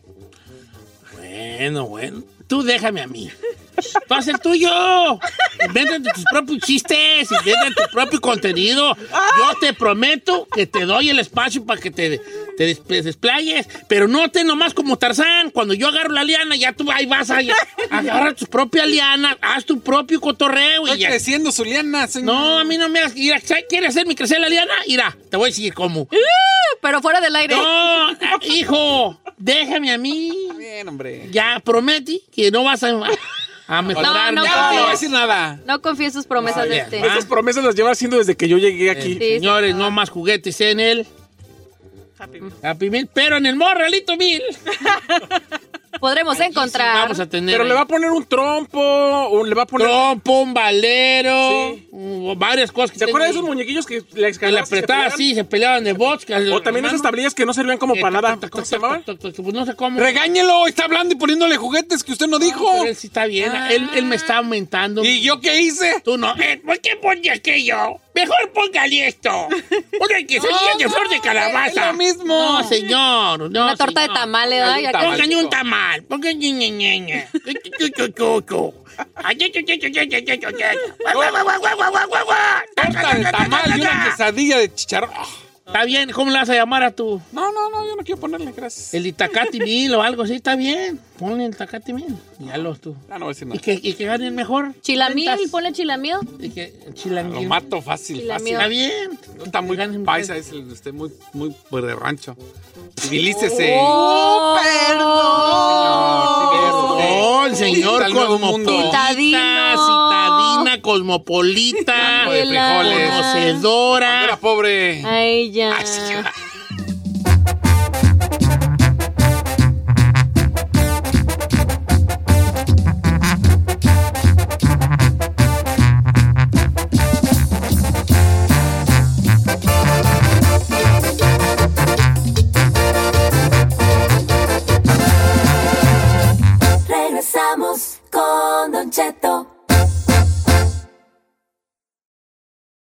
[SPEAKER 1] Bueno, bueno. Tú déjame a mí. Tú haz el tuyo. Invéntate tus propios chistes, invéntate tu propio contenido. Yo te prometo que te doy el espacio para que te, te des- te desplayes, pero no te nomás como Tarzán. Cuando yo agarro la liana, ya tú ahí vas a, a agarrar tu propia liana, haz tu propio cotorreo y
[SPEAKER 5] Estoy
[SPEAKER 1] ya.
[SPEAKER 5] creciendo, Zuliana, señor.
[SPEAKER 1] No, a mí no me hagas. Mira, ¿sabes? ¿Quieres hacerme crecer la liana? Mira, te voy a decir cómo.
[SPEAKER 2] ¡Ah! Pero fuera del aire.
[SPEAKER 1] No, ah, hijo, déjame a mí.
[SPEAKER 5] Bien, hombre.
[SPEAKER 1] Ya prometí que no vas a, a mejorar.
[SPEAKER 2] No, no,
[SPEAKER 5] Ya
[SPEAKER 1] nada.
[SPEAKER 5] no le voy a
[SPEAKER 2] confío.
[SPEAKER 5] decir nada.
[SPEAKER 2] No confío en sus promesas de
[SPEAKER 1] Vaya,
[SPEAKER 2] este.
[SPEAKER 1] va.
[SPEAKER 3] Esas promesas las lleva haciendo desde que yo llegué aquí.
[SPEAKER 2] Sí,
[SPEAKER 1] Señores, no más juguetes en el Happy Meal, pero en el Morralito Mil
[SPEAKER 2] Podremos encontrar.
[SPEAKER 1] vamos a tener
[SPEAKER 3] Pero le va a poner un trompo, o le va a poner...
[SPEAKER 1] trompo, un valero, mm, varias cosas. que
[SPEAKER 3] ¿Se acuerdan de
[SPEAKER 1] tengo
[SPEAKER 3] esos muñequillos que le
[SPEAKER 1] ahí. Que la
[SPEAKER 3] escalabas y se
[SPEAKER 1] apretaba
[SPEAKER 3] peleaban?
[SPEAKER 1] así, se peleaban de bots.
[SPEAKER 3] O también esas tablillas que no servían como
[SPEAKER 1] Eh,
[SPEAKER 3] para nada. ¿Cómo se llamaban?
[SPEAKER 1] Pues no sé cómo.
[SPEAKER 5] Regáñelo, está hablando y poniéndole juguetes que usted no dijo.
[SPEAKER 1] Pero él sí está bien. Él, él me está aumentando.
[SPEAKER 5] ¿Y yo qué hice?
[SPEAKER 1] Tú no. Eh, ¿Por qué ponía aquello? Mejor póngale esto. Una que salía de flor de calabaza.
[SPEAKER 5] es lo mismo.
[SPEAKER 1] No, señor. No,
[SPEAKER 2] Una torta de
[SPEAKER 1] señor.
[SPEAKER 2] tamales, ¿verdad?
[SPEAKER 5] Algún tamal.
[SPEAKER 2] Ya que-
[SPEAKER 1] Pónganle un tamal. Pónganle ñe, ñe, ñe. Chu, chu, chu, chu, chu. Ay, chu, chu, chu, chu, chu, chu, chu, chu. Guau, guau, guau, guau, guau, guau, guau, guau.
[SPEAKER 5] Torta de tamal y una quesadilla de chicharrón. Ah,
[SPEAKER 1] Está bien, ¿cómo le vas a llamar a tu?
[SPEAKER 5] No, no, no, yo no quiero ponerle, gracias.
[SPEAKER 1] El Itacati Mil o algo así, está bien. Ponle el Itacati Mil. Ya los tú.
[SPEAKER 5] Ah, no voy a decir
[SPEAKER 1] Y
[SPEAKER 5] nada.
[SPEAKER 1] que, y que ganen mejor.
[SPEAKER 2] Chilamil,
[SPEAKER 1] Ventas.
[SPEAKER 2] ponle chilamil.
[SPEAKER 1] Y que
[SPEAKER 5] Lo
[SPEAKER 1] chilanguil.
[SPEAKER 5] mato fácil, fácil.
[SPEAKER 1] Está bien.
[SPEAKER 5] No Está muy
[SPEAKER 1] Ganen
[SPEAKER 5] paisa, es el usted muy, muy pues, de rancho. Civilícese.
[SPEAKER 1] Oh, el señor
[SPEAKER 5] Al nuevo mundo.
[SPEAKER 1] cosmopolita,
[SPEAKER 2] Citadino.
[SPEAKER 1] citadina, cosmopolita,
[SPEAKER 5] Campo de frijoles. Cuando
[SPEAKER 1] conocedora.
[SPEAKER 5] era
[SPEAKER 2] Ah.
[SPEAKER 5] pobre.
[SPEAKER 2] Ay, ya.
[SPEAKER 6] Regresamos con Don Cheto.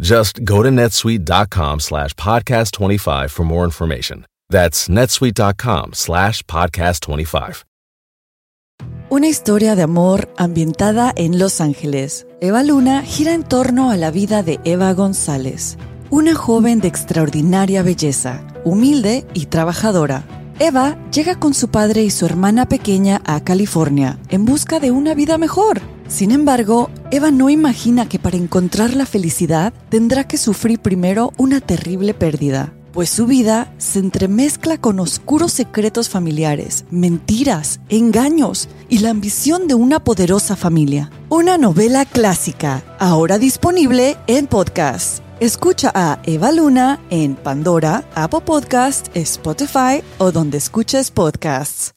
[SPEAKER 10] Just go to netsuite.com slash podcast 25 for more information. That's netsuite.com slash podcast 25.
[SPEAKER 17] Una historia de amor ambientada en Los Ángeles. Eva Luna gira en torno a la vida de Eva González, una joven de extraordinaria belleza, humilde y trabajadora. Eva llega con su padre y su hermana pequeña a California en busca de una vida mejor. Sin embargo, Eva no imagina que para encontrar la felicidad tendrá que sufrir primero una terrible pérdida pues su vida se entremezcla con oscuros secretos familiares, mentiras, engaños y la ambición de una poderosa familia. Una novela clásica, ahora disponible en podcast. Escucha a Eva Luna en Pandora, Apple Podcast, Spotify o donde escuches podcasts.